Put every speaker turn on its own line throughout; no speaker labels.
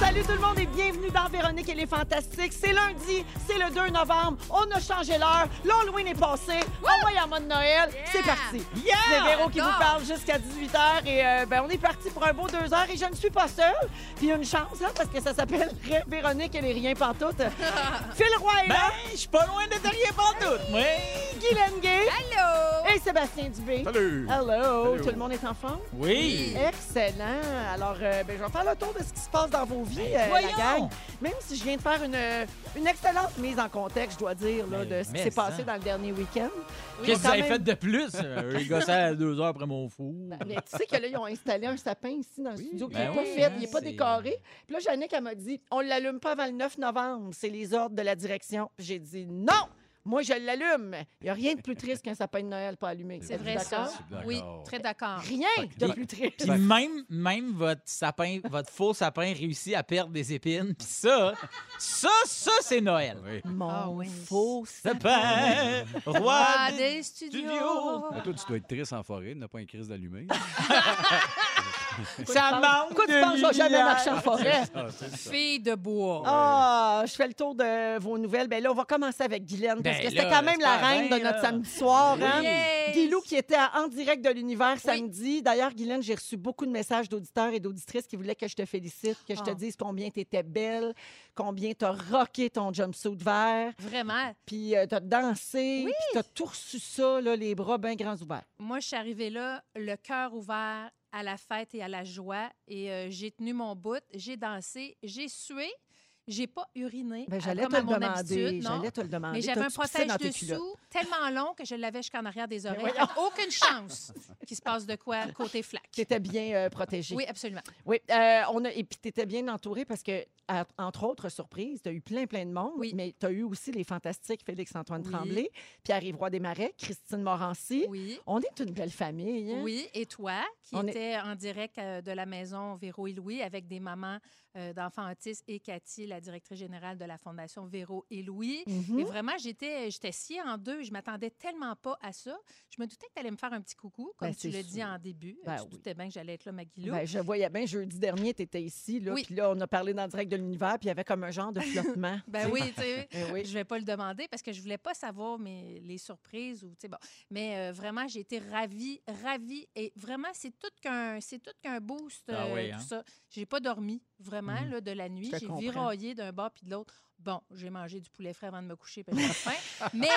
Salut tout le monde et bienvenue dans Véronique et les Fantastiques. C'est lundi, c'est le 2 novembre, on a changé l'heure, l'Halloween est passé, on va y en mode Noël, c'est parti. C'est Véro qui vous parle jusqu'à 18h et euh, ben, on est parti pour un beau deux heures et je ne suis pas seule. Puis une chance, hein, parce que ça s'appelle Ré- Véronique et les Riens Pantoute. Phil Roy est là,
Ben, je suis pas loin de derrière pantoute, moi.
Guy Lenguet
Allô!
et Sébastien Dubé.
Salut.
Hello,
Hello.
tout le monde est en forme?
Oui.
Excellent. Alors, euh, ben, je vais faire le tour de ce qui se passe dans vos vies, euh,
voyons!
la gang. Même si je viens de faire une, euh, une excellente mise en contexte, je dois dire, là,
Mais-
de ce qui
mais
s'est passé
ça.
dans le dernier week-end.
Qu'est-ce que vous
Quand
avez
même-
fait de plus? Euh, Les gosses à deux heures après mon four.
Mais tu sais que là, ils ont installé un sapin ici dans le studio qui n'est
ben
pas
oui,
fait,
hein,
il n'est pas
c'est-
décoré. Puis là, Jannick, elle m'a dit on l'allume pas avant le 9 novembre, c'est les ordres de la direction. Puis J'ai dit non, moi, je l'allume. Il n'y a rien de plus triste qu'un sapin de Noël pas allumé.
C'est
Êtes-vous
vrai ça.
d'accord?
Je suis
Oui,
d'accord.
très d'accord.
Rien
Fuck
de
les-
plus triste.
Puis même, même votre sapin, votre faux sapin réussit à perdre des épines. Puis ça, ça, ça, c'est Noël.
Mon
Ah oui.
faux
Sapin, roi
Ah,
des...
des
studios.
studios.
Mais toi, tu dois être triste en forêt, n'a pas une crise d'allumé.
Ça manque
Pourquoi tu
de
penses que je vais jamais
lumière.
marcher en forêt?
Fille de bois.
Ah, je fais le tour de vos nouvelles. Ben là, on va commencer avec Guylaine, parce
Ben
que c'était
là,
quand même la
c'est pas
reine
bien,
de notre
là.
samedi soir. Hein?
Yes.
Guilou qui était à- en direct de l'univers samedi. D'ailleurs, Guylaine, j'ai reçu beaucoup de messages d'auditeurs et d'auditrices qui voulaient que je te félicite, que je te
Ah.
dise combien tu étais belle, combien tu as rocké ton jumpsuit vert,
Vraiment.
puis euh, t'as dansé, puis t'as tout reçu ça, là, les bras bien grands ouverts.
Moi, je suis arrivée là, le cœur ouvert à la fête et à la joie. Et euh, j'ai tenu mon bout, j'ai dansé, j'ai sué, j'ai pas uriné.
Ben,
à-
j'allais
comme
te
à
le
mon
demander.
habitude, non.
J'allais te le demander.
Mais j'avais un
T'as-tu pissé dans
protège
tes culottes?
dessous tellement long que je l'avais jusqu'en arrière des oreilles.
voyons.
Aucune chance qu'il se passe de quoi côté flac.
T'étais bien euh, protégée.
Oui, absolument.
Oui, euh, on a, et puis tu étais bien entouré parce que, à- entre autres surprises, tu as eu plein, plein de monde,
Oui.
mais tu as eu aussi les fantastiques Félix-Antoine
Oui.
Tremblay, Pierre-Yves des Marais, Christine Morancy.
Oui.
On est une belle famille. hein?
Oui, et toi, qui
On est-
étais en direct euh, de la maison Véro et Louis avec des mamans euh, d'enfants autistes et Cathy, la directrice générale de la Fondation Véro et Louis.
Mhm.
Et vraiment, j'étais j'étais sciée en deux. Je m'attendais tellement pas à ça. Je me doutais que tu allais me faire un petit coucou, comme
Ben,
tu
c'est
l'as dit
sûr.
en début.
Ben
tu te
oui.
doutais bien que j'allais être là, Maguilou.
Ben, je voyais bien, jeudi dernier, tu étais ici, là,
Oui.
puis là, on a parlé dans le direct de l'univers, puis il y avait comme un genre de flottement.
Ben oui, tu sais.
Eh oui.
Je vais pas le demander parce que je voulais pas savoir mes, les surprises ou tu sais bon. Mais euh, vraiment j'ai été ravie, ravie et vraiment c'est tout qu'un c'est tout qu'un boost
Ah
euh,
oui, hein?
tout ça. J'ai pas dormi vraiment
Mhm.
là, de la nuit,
te
j'ai
comprends.
viraillé d'un bord puis de l'autre. Bon, j'ai mangé du poulet frais avant de me coucher parce que j'avais faim. Mais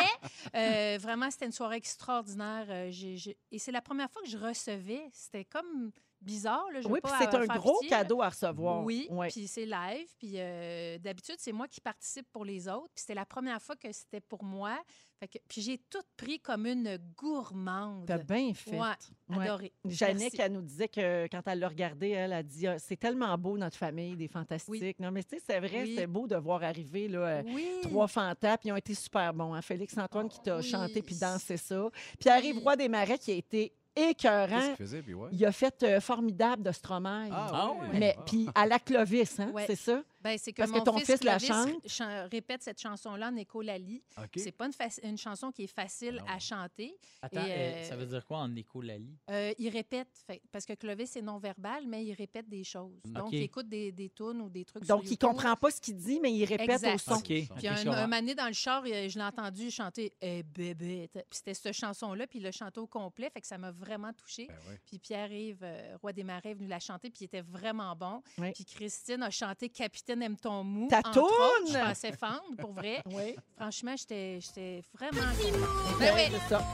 euh, vraiment c'était une soirée extraordinaire Euh, j'ai- j'ai- et c'est la première fois que je recevais, c'était comme bizarre là, je veux
Oui, puis
pas
c'est
euh,
un
faire
gros
pitié, là.
cadeau à recevoir.
Oui,
Ouais.
puis c'est live. Puis euh, d'habitude, c'est moi qui participe pour les autres. Puis c'était la première fois que c'était pour moi. Fait que- puis j'ai tout pris comme une gourmande.
T'as bien fait.
Ouais,
Ouais.
adoré.
Jannick,
Merci.
elle nous disait que quand elle l'a regardé, elle a dit Ah, C'est tellement beau, notre famille, des fantastiques. Non, mais tu sais, c'est vrai,
Oui.
c'est beau de voir arriver là, euh,
Oui. Ah
Trois fantas, puis ils ont été super bons. hein. Félix-Antoine qui t'a
Oui.
chanté puis dansé ça. Pierre-Yves
Oui.
Roy des Marais qui a été
Qu'est-ce
écœurant.
qu'il faisait, puis ouais.
Hein? Il a fait euh, formidable de Stromae.
Ah ouais.
Mais puis à la Clovis, hein,
Ouais.
c'est ça?
Ben, c'est que
parce que
mon
ton
fils,
fils la
Clovis
chante.
chan- répète cette chanson-là en écolalie.
Ah, OK.
C'est pas une, faci- une chanson qui est facile
Non.
à chanter.
Attends,
Et,
euh,
euh,
ça veut dire quoi en écolalie?
Euh, il répète, fait- parce que Clovis est non-verbal, mais il répète des choses. Donc,
OK.
il écoute des, des tunes ou des trucs sur
Donc il
YouTube.
comprend pas ce qu'il dit, mais il répète au
Exact.
son.
OK.
Puis
Puis
OK,
un,
je
hein.
comprends.
un mané dans le char, il- je l'ai entendu chanter Eh bébé. Puis c'était cette chanson-là, puis il l'a chanté au complet, fait que ça m'a vraiment touchée.
Ben ouais.
Puis Pierre-Yves, euh, Roi des Marais, est venu la chanter, puis il était vraiment bon.
Oui.
Puis Christine a chanté Capitaine Christine aime ton mou.
Ta
entre autres.
toune!
Je pensais fendre, pour vrai.
Oui,
Franchement, j'étais j'étais vraiment.
ben
Ben oui,
c'est ça.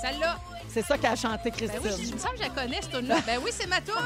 celle-là.
C'est ça qu'a chanté
Ben
Christine.
oui, je je me sens que je la connais, cette toune-là. Ben oui, c'est ma toune.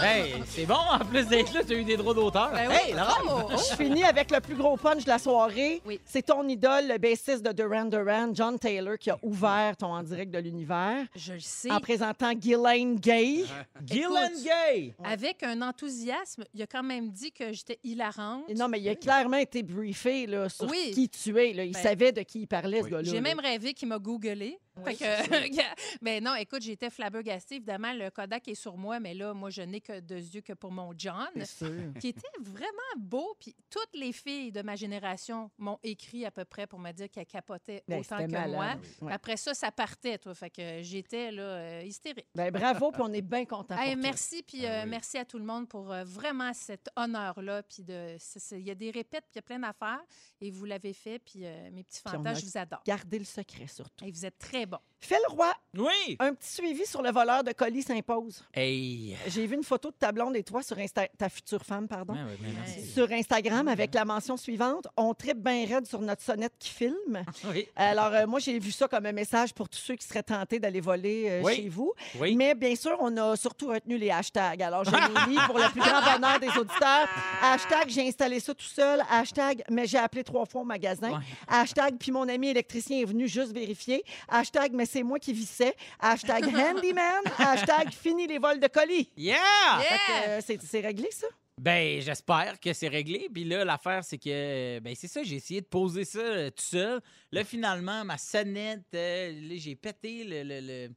Hey, c'est bon, en plus d'être là, tu as eu des droits d'auteur.
Ah, Ben oui,
hey, Laurent!
bravo. Oh.
Je finis avec le plus gros punch de la soirée.
Oui.
C'est ton idole, le bassiste de Duran Duran, John Taylor, qui a ouvert ton En direct de l'univers
Je le sais.
en présentant Ghislaine Gay.
Ah.
Gillan Gay!
Avec un enthousiasme, il a quand même dit que j'étais hilarante.
Et Non, mais il a clairement été briefé là, sur
Oui.
qui tu es. là. Il
Ben,
savait de qui il parlait, ce
oui.
gars-là.
J'ai
là.
même rêvé qu'il m'a googlé. Fait que, mais non, écoute, j'étais flabbergastée. Évidemment, le Kodak est sur moi, mais là, moi, je n'ai que deux yeux que pour mon John,
C'est sûr.
qui était vraiment beau. Puis toutes les filles de ma génération m'ont écrit à peu près pour me dire qu'elles capotaient
Ben,
autant
c'était
que
malade.
moi.
Ouais.
Après ça, ça partait, toi. Fait que j'étais là, euh, hystérique.
Ben, bravo, puis on est bien content.
Hey,
pour toi.
merci, puis euh, merci à tout le monde pour euh, vraiment cet honneur-là. Puis de- c'est- c'est- il y a des répètes, puis il y a plein d'affaires, et vous l'avez fait, puis euh, mes petits
Puis on
fantasmes,
a-
je vous adore.
Gardez le secret surtout.
Et vous êtes très bons.
Fais le roi.
Oui!
Un petit suivi sur le voleur de colis s'impose.
Hey!
J'ai vu une photo de ta blonde et toi sur Insta- ta future femme, pardon.
Ouais, ouais, ben, merci.
Sur Instagram avec la mention suivante On tripe bien raide sur notre sonnette qui filme.
Oui,
Alors, euh, moi, j'ai vu ça comme un message pour tous ceux qui seraient tentés d'aller voler euh,
Oui.
chez vous.
oui.
Mais bien sûr, on a surtout retenu les hashtags. Alors, je les lis pour le plus grand bonheur des auditeurs. Hashtag, j'ai installé ça tout seul. Hashtag, mais j'ai appelé trois fois au magasin.
Ouais.
Hashtag, puis mon ami électricien est venu juste vérifier. Hashtag, mais c'est moi qui vissais. Hashtag, handyman. Hashtag, fini les vols de colis.
Yeah!
Yeah!
Fait que, euh, c'est- c'est réglé, ça?
Ben, j'espère que c'est réglé. Puis là, l'affaire, c'est que, ben, c'est ça, j'ai essayé de poser ça euh, tout seul. Là, finalement, ma sonnette, euh, là, j'ai pété le, le- le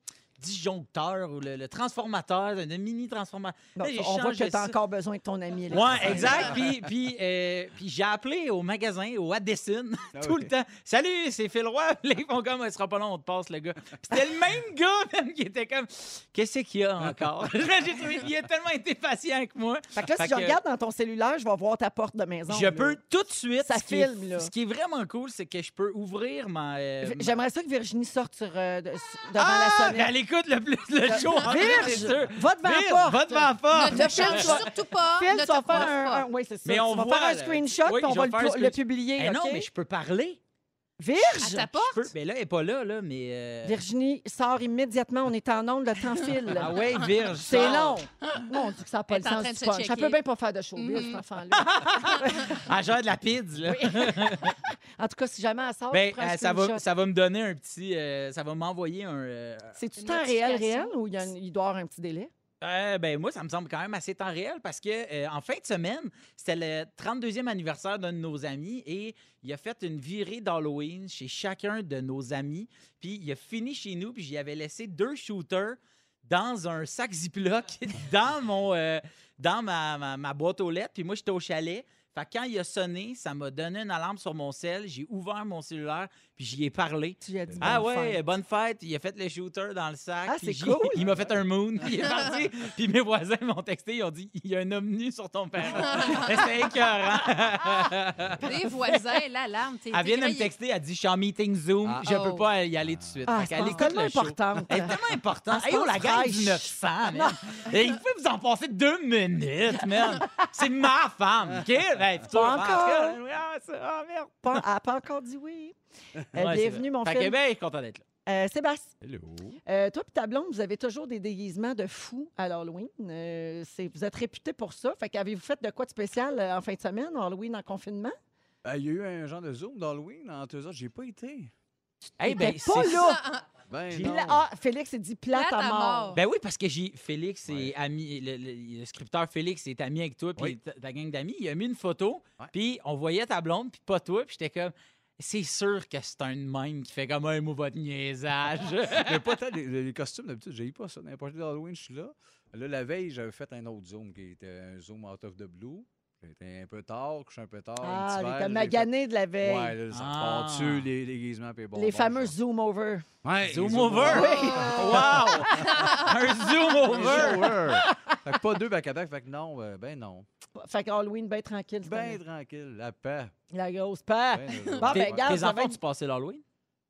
disjoncteur ou le, le transformateur, un mini-transformateur.
Bon,
Là, j'ai
on voit que
changé
tu as
ça.
encore besoin de ton ami. électricien.
Ouais, exact. Puis, puis, euh, puis j'ai appelé au magasin, au Addison, tout le temps. Salut, c'est Phil Roy. Là, ils font comme, il sera pas long, on te passe, le gars. Puis c'était le même gars, même, qui était comme, qu'est-ce qu'il y a encore? j'ai trouvé, il a tellement été patient que moi.
Fait que là, si
Fait
je
que-
regarde dans ton cellulaire, je vais voir ta porte de maison.
Je
là.
peux tout de suite.
Ça
ce qui est-
filme, là.
Ce qui est vraiment cool, c'est que je peux ouvrir ma. euh,
V-
ma-
J'aimerais ça que Virginie sorte sur, euh, de- sur- devant
Ah!
la
Ben,
sonnette.
elle écoute le plus le show. en plus, c'est sûr.
Virge, va devant
Virge,
la porte.
va devant la porte.
Ne te cherche surtout pas.
Phil,
ne
tu
te
vas faire
croise
un,
pas.
un- oui, c'est ça.
Mais
Tu
on
vas
voit,
faire un
là.
screenshot,
Oui,
puis on
je
va
vais
le,
faire un
pu- le
screenshot.
publier.
Eh
OK?
Non, mais je peux parler.
À
Virge!
ta
Je peux-
porte?
Mais là, elle n'est pas là, là, mais. euh,
Virginie, sors immédiatement. On est en onde, le temps file.
Ah ouais, Virge.
C'est long.
sors.
Mon Dieu, que ça n'a pas
Elle
le
est en
sens
train
du
de se
punch. Ça
checker.
peut bien pas faire de showbiz,
Mhm.
cet enfant-là.
Elle gère Ah, de la pide, là.
En tout cas, si jamais elle sort,
Ben,
prends un
euh, ça, va,
screenshot.
ça va me donner un petit. euh, ça va m'envoyer un. euh,
C'est-tu
Une
temps réel, réel,
notification.
ou il, y a une- il doit y avoir un petit délai?
euh, ben, moi, ça me semble quand même assez temps réel parce que euh, en fin de semaine, c'était le 32e anniversaire d'un de nos amis et il a fait une virée d'Halloween chez chacun de nos amis. Puis il a fini chez nous, puis j'y avais laissé deux shooters dans un sac Ziploc, dans, mon, euh, dans ma, ma- ma boîte aux lettres. Puis moi, j'étais au chalet. Fait que quand il a sonné, ça m'a donné une alarme sur mon cell. J'ai ouvert mon cellulaire, puis j'y ai parlé.
Tu lui as dit
Ah
bonne
ouais,
fête.
bonne fête. Il a fait le shooter dans le sac.
Ah,
puis
c'est
j'ai-
cool.
Il m'a fait un moon. puis Il est parti. puis mes voisins m'ont texté. Ils ont dit il y a un homme nu sur ton père. C'était écœurant.
Ah, Les voisins, l'alarme. t'es- t'es
elle vient de me
grillé.
texter. Elle dit je suis en meeting Zoom.
Ah.
je peux
Oh.
pas y aller tout de suite.
Ah,
Fait
c'est
qu'elle écoute
tellement
le show.
importante.
Elle est tellement importante.
Elle se
Hey, oh, la
pense
gang
fraîche.
du 900, man. Et il peut vous en passer deux minutes, man. C'est ma femme. OK? Ben, future
Pas
femme.
encore.
Ah, ça- ah, merde.
Pas- elle n'a pas encore dit oui. Euh,
Ouais, c'est
bienvenue,
vrai.
mon
Fait que,
fils.
ben, je suis content d'être là.
Euh, Sébastien,
Hello.
euh, toi et ta blonde, vous avez toujours des déguisements de fous à l'Halloween. Euh, c'est- vous êtes réputés pour ça. Fait qu'avez-vous fait de quoi de spécial euh, en fin de semaine, Halloween en confinement?
Euh, Il y a eu un genre de Zoom d'Halloween entre eux autres. J'ai pas été.
Hey, ben,
T'étais pas
c'est
là!
Ben,
J'ai-
non.
Pla- ah, Félix, il dit plate,
Plate
à
à
mort.
mort.
Ben oui, parce que j'ai Félix est
Ouais.
ami, le, le- le scripteur Félix est ami avec toi, puis
Oui.
ta, ta gang d'amis. Il a mis une photo,
Ouais.
puis on voyait ta blonde, puis pas toi, puis j'étais comme. C'est sûr que c'est un de même qui fait comme un mot votre niaisage.
Mais pas tant les, les costumes d'habitude, j'ai eu pas ça. N'importe quel Halloween, je suis là. Là, la veille, j'avais fait un autre zoom qui était un zoom out of the blue. J'étais un peu tard, couché un peu tard.
Ah,
un
il
petit
était
verre, j'ai
magané de la
fait-
veille.
Ouais, là, ça
Ah.
repart dessus, les les déguisements, puis bon.
les fameux zoom over.
Ouais,
zoom
les
over! Wow! un zoom
Les
over!
zoom over. fait que pas deux back à back, fait que non, euh, ben non.
Fait que Halloween, ben tranquille. cette
Ben
année.
tranquille, la paix.
La grosse paix.
Ben,
Bon,
euh,
ben,
Tes-
ouais.
regarde,
tes
ça va
enfants,
être-
tu passais l'Halloween?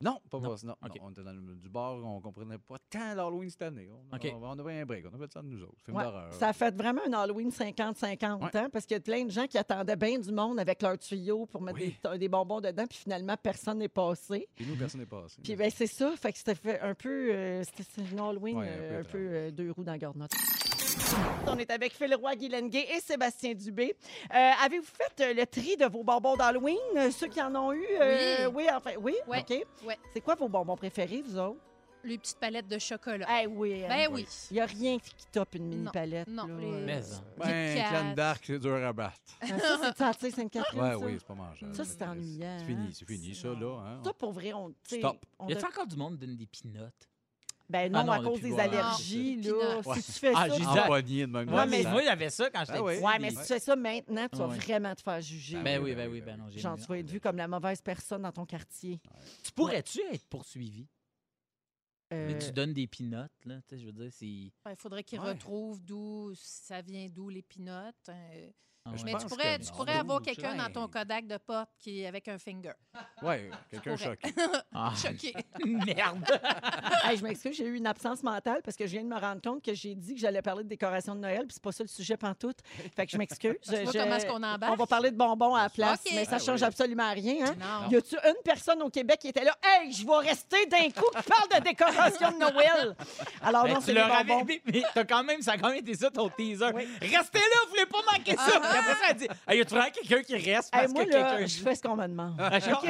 Non, pas
Non.
passé. Non,
Ok.
non, on était dans le, du bar, on comprenait pas tant l'Halloween cette année. On,
Ok.
on, on avait un break, on avait le temps de nous autres. Film
Ouais,
d'horreur.
Ça a fait vraiment un Halloween 50-50,
Euh. Ouais.
hein, parce qu'il y a plein de gens qui attendaient bien du monde avec leurs tuyaux pour mettre
Oui.
des, des bonbons dedans, puis finalement, personne n'est passé.
Et nous, personne n'est passé.
Puis ben, c'est ça, fait que c'était fait un peu, euh, c'était c'était un Halloween
Ouais, un
euh,
peu
un peu, euh, deux roues dans la garnotte. On est avec Phil Roy, Guy Lenguet et Sébastien Dubé. Euh, Avez-vous fait euh, le tri de vos bonbons d'Halloween, euh, ceux qui en ont eu? euh, oui. enfin, oui?
Ouais,
OK.
ouais.
C'est quoi vos bonbons préférés, vous autres?
Les petites palettes de chocolat.
Eh oui, hein.
ben oui.
Il n'y a rien qui qui toppe une
Non,
mini-palette.
non,
là.
les-
Mais,
euh,
Ben,
Kit Kat.
Clan d'Arc, c'est dur à battre.
Ah, Ça, c'est senti Sainte-Catherine,
Ouais,
ça.
oui, c'est pas mangeable.
Ça, c'est ennuyant,
C'est
hein.
fini, c'est fini, ça, là. Hein?
Ça, pour vrai, on... tu sais,
Stop.
on
Ah. Y a-tu
a-
encore du monde donne des pinottes?
Ben non,
Ah non,
à
on a
cause
plus
des
le droit.
allergies,
Non,
là,
c'est
si tu fais
Ah, j'ai
ça... tu-
dit-
Empoigné de même.
Ouais,
comme
mais-
ça.
Moi, j'avais ça quand j'étais
Ah oui.
petit.
Ouais, mais si tu
Ouais.
fais ça maintenant, tu vas
Ouais.
vraiment te faire juger.
Ben oui, ben oui, ben non. j'ai
Genre,
mis-
tu vas être vu comme la mauvaise personne dans ton quartier.
Tu pourrais-tu être poursuivi? Mais
Euh,
tu donnes des pinottes, là. Tu sais, je veux dire, c'est.
Il faudrait qu'ils
Ouais.
retrouvent d'où ça vient d'où les pinottes. euh.
Ah
Je
Mais
pense
tu pourrais,
que
tu
non.
pourrais avoir
D'où,
quelqu'un
ça,
dans ton
hey.
Kodak de porte qui est avec un finger.
Ouais, quelqu'un
pourrais.
choqué.
Ah,
Choqué.
merde!
ah, hey, je m'excuse, j'ai eu une absence mentale parce que je viens de me rendre compte que j'ai dit que j'allais parler de décoration de Noël, puis c'est pas ça le sujet pantoute. Fait que je m'excuse.
tu vois
Je-
comment est-ce qu'on
On
embarque?
va parler de bonbons à la place,
Ok.
mais ça
Ah,
change
oui.
absolument rien. Hein?
Ah.
Non.
Y a-tu une personne au Québec qui était là? Hey, je vais rester d'un coup qui parle de décoration de Noël! Alors,
Ben,
Ah non,
tu
c'est les
leur avais.
bonbons.
Mais, mais t'as quand même, ça a quand même été ça, ton teaser.
Oui.
Restez là, vous voulez pas manquer ça! Puis après ça, elle dit Ah, y a vraiment quelqu'un qui reste
Hey,
parce
moi,
que
là,
quelqu'un.
je fais ce qu'on me demande.
Ah, genre,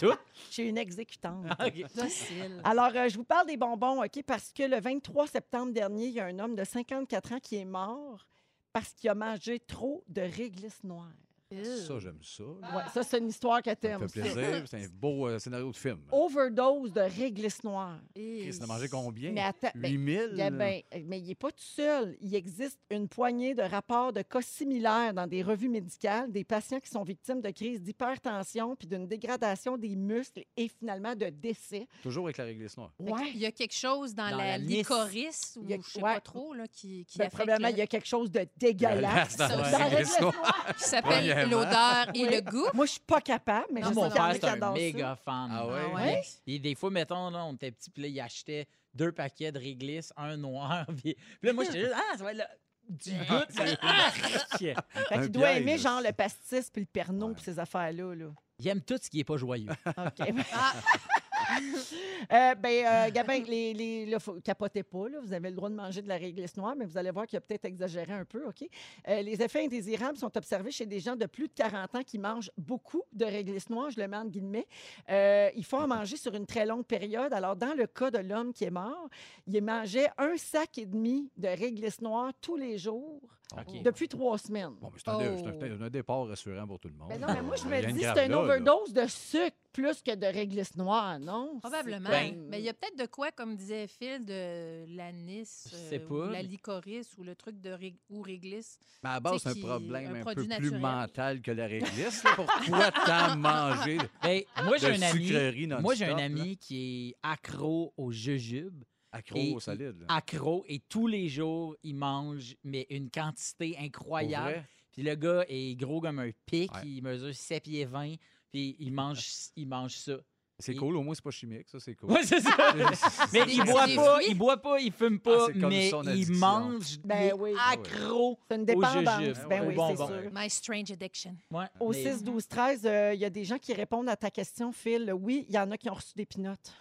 Je suis une exécutante.
OK.
Docile.
Alors, euh, je vous parle des bonbons, OK? Parce que le 23 septembre dernier, il y a un homme de 54 ans qui est mort parce qu'il a mangé trop de réglisse noire.
Ça, j'aime ça.
Ah.
Ouais, ça, c'est une histoire que
Ça me
t'aimes. Oh,
fait plaisir. C'est un beau euh, scénario de film.
Overdose de réglisse noire.
Eh,
Chris, t'as mangé combien?
Mais attends, ben,
8000?
Il y a ben- mais il n'est pas tout seul. Il existe une poignée de rapports de cas similaires dans des revues médicales des patients qui sont victimes de crises d'hypertension puis d'une dégradation des muscles et finalement de décès.
Toujours avec la réglisse noire.
Fait que Il y a quelque chose dans,
Dans
la,
la nice.
licorice ou
Il y a-
je sais
ouais.
pas trop là, qui, qui
Ben,
affecte
probablement,
le-
il y a quelque chose de dégueulasse.
Dans la
dans la
réglisse
réglisse
noire.
qui s'appelle
Premièrement.
l'odeur et le goût.
Moi, je suis pas capable, mais
Non,
je
mon
sais qu'il y en
père,
a
c'est
c'est
qui
un
adorent ça.
méga fan.
Ah ouais?
Ah
ouais?
Et des fois, mettons, là, on était petit, puis là, il achetait deux paquets de réglisse, un noir. Puis, puis là, moi, j'étais juste, ah, ça va être le... du goût. ça- Ah! Chier.
Fait
Un
qu'il doit
piège.
aimer genre le pastis puis le pernod
Ouais.
puis ces affaires-là. là.
Il aime tout ce qui n'est pas joyeux.
OK.
Ah,
Euh, ben, euh, Gabin, les, les, là, faut- capotez pas. Là, vous avez le droit de manger de la réglisse noire, mais vous allez voir qu'il a peut-être exagéré un peu. OK? Euh, les effets indésirables sont observés chez des gens de plus de 40 ans qui mangent beaucoup de réglisse noire, je le mets en guillemets. Euh, il faut en manger sur une très longue période. Alors, dans le cas de l'homme qui est mort, il mangeait un sac et demi de réglisse noire tous les jours
OK.
depuis trois semaines.
Bon, mais c'est un, dé-
Oh.
c'est un- c'est un départ rassurant pour tout le monde.
Ben non, mais moi, je
Oh. Il y a
me
une
dis,
grave
c'est une
là, là.
overdose de sucre plus que de réglisse noire, non?
probablement.
C'est
Ben-
mais il y a peut-être de quoi, comme disait Phil, de l'anis,
Je sais
euh,
pas,
ou la
mais-
licorice ou le truc de rég- ou réglisse.
Mais à la base,
sais,
c'est un
qui-
problème
un
un, peu
produit
plus
naturel.
mental que la réglisse. là. Pourquoi tant manger de
Ben, moi, j'ai un ami.
sucreries non-stop?
Moi, j'ai un
là?
ami qui est accro aux jujubes,
Accro
Et-
au solide. là.
accro, et tous les jours, il mange, mais une quantité
Pour
incroyable.
vrai?
Puis le gars est gros comme un pic,
Ouais.
il mesure 7 pieds 20, puis il mange, il mange ça.
C'est
Et-
cool, au moins, c'est pas chimique. Ça, c'est cool.
Ouais, c'est ça. mais
des-
il
c'est
boit
des
pas,
fruits.
il boit pas, il fume pas,
Ah, c'est comme
mais
son
il
addiction. Ah
mange
Ben
il est
oui.
accro.
une
Ah Au
dépendance.
jujube.
Ben
Au
oui, c'est
bonbon.
sûr.
My strange addiction.
Ouais,
Au
mais-
6, 12, 13, il y a des gens qui répondent à ta question, Phil. Oui, il y en a qui ont reçu des pinottes.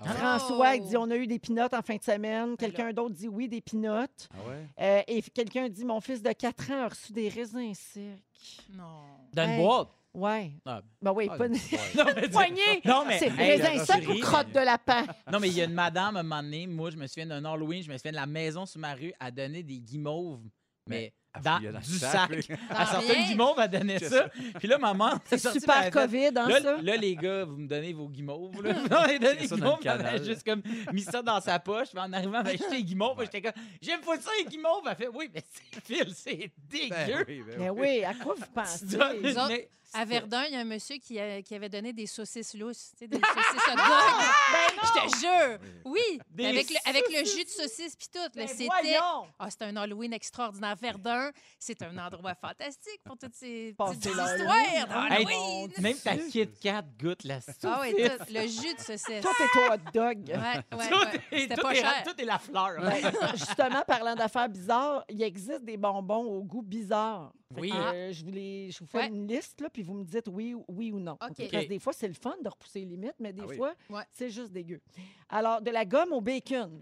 Ah ouais?
François il
Oh!
dit on a eu des pinottes en fin de semaine. Quelqu'un d'autre dit oui, des pinottes.
Ah ouais?
Euh, et quelqu'un dit mon fils de 4 ans a reçu des raisins secs.
Non.
Dans une
Hey.
boîte.
Ouais.
Ah.
Ben oui,
Ah,
pas
non,
une
ouais.
Non, mais-
poignée.
Non, mais-
C'est
Hey, euh,
la
raisins secs ou
rocherie.
crotte de lapin.
Non, mais il y a une madame à un moment donné, moi, je me souviens d'un Halloween, je me souviens de la maison sur ma rue, à donner des guimauves, mais,
Elle
dans
fouillait dans le
du
sac,
sac.
oui.
Elle sortait
rien.
une guimauve, elle donnait
Je
ça. Puis là, maman,
C'est
elle sortit,
super
puis elle a fait,
COVID, hein,
Là,
ça?
là, les gars, vous me donnez vos guimauves. Là. Non, elle donne
C'est
les
ça dans le
guimauves, elle
canal.
a juste comme mis ça dans sa poche. Puis en arrivant, elle acheté les guimauves. puis J'étais comme, j'aime pas ça, les guimauves. Elle fait, oui, mais c'est Phil, c'est
Ben
dégueu.
oui, ben
Mais
oui.
oui, à quoi vous
Tu
pensez?
donnes
Nous autres,
une-
À Verdun, il y a un monsieur qui, a- qui avait donné des saucisses lousses, tu sais, des saucisses hot dog. Je te jure. Oui,
Des
avec le, avec le jus de saucisse puis tout. là,
Ben
C'était
voyons!
Ah, c'était un Halloween extraordinaire. Verdun, 1. C'est un endroit fantastique pour toutes ces petites
Passez-leur.
histoires
Hey,
d'Halloween.
Même ta Kit Kat goûte la
Ah
sauce.
oui, tout, le jus de saucisse.
Tout est au hot dog.
Ouais, ouais,
Tout
ouais.
est-
C'était
tout
pas
est-
cher.
Tout est la fleur. hein.
Ben, justement, parlant d'affaires bizarres, il existe des bonbons au goût bizarre. Fait
Oui.
que, euh, je, vous les- je vous fais
Ouais.
une liste, là, puis vous me dites oui, ou- oui ou non.
OK. OK.
Parce que des fois, c'est le fun de repousser les limites, mais des
Ah oui.
fois,
Ouais.
c'est juste dégueu. Alors, de la gomme au bacon.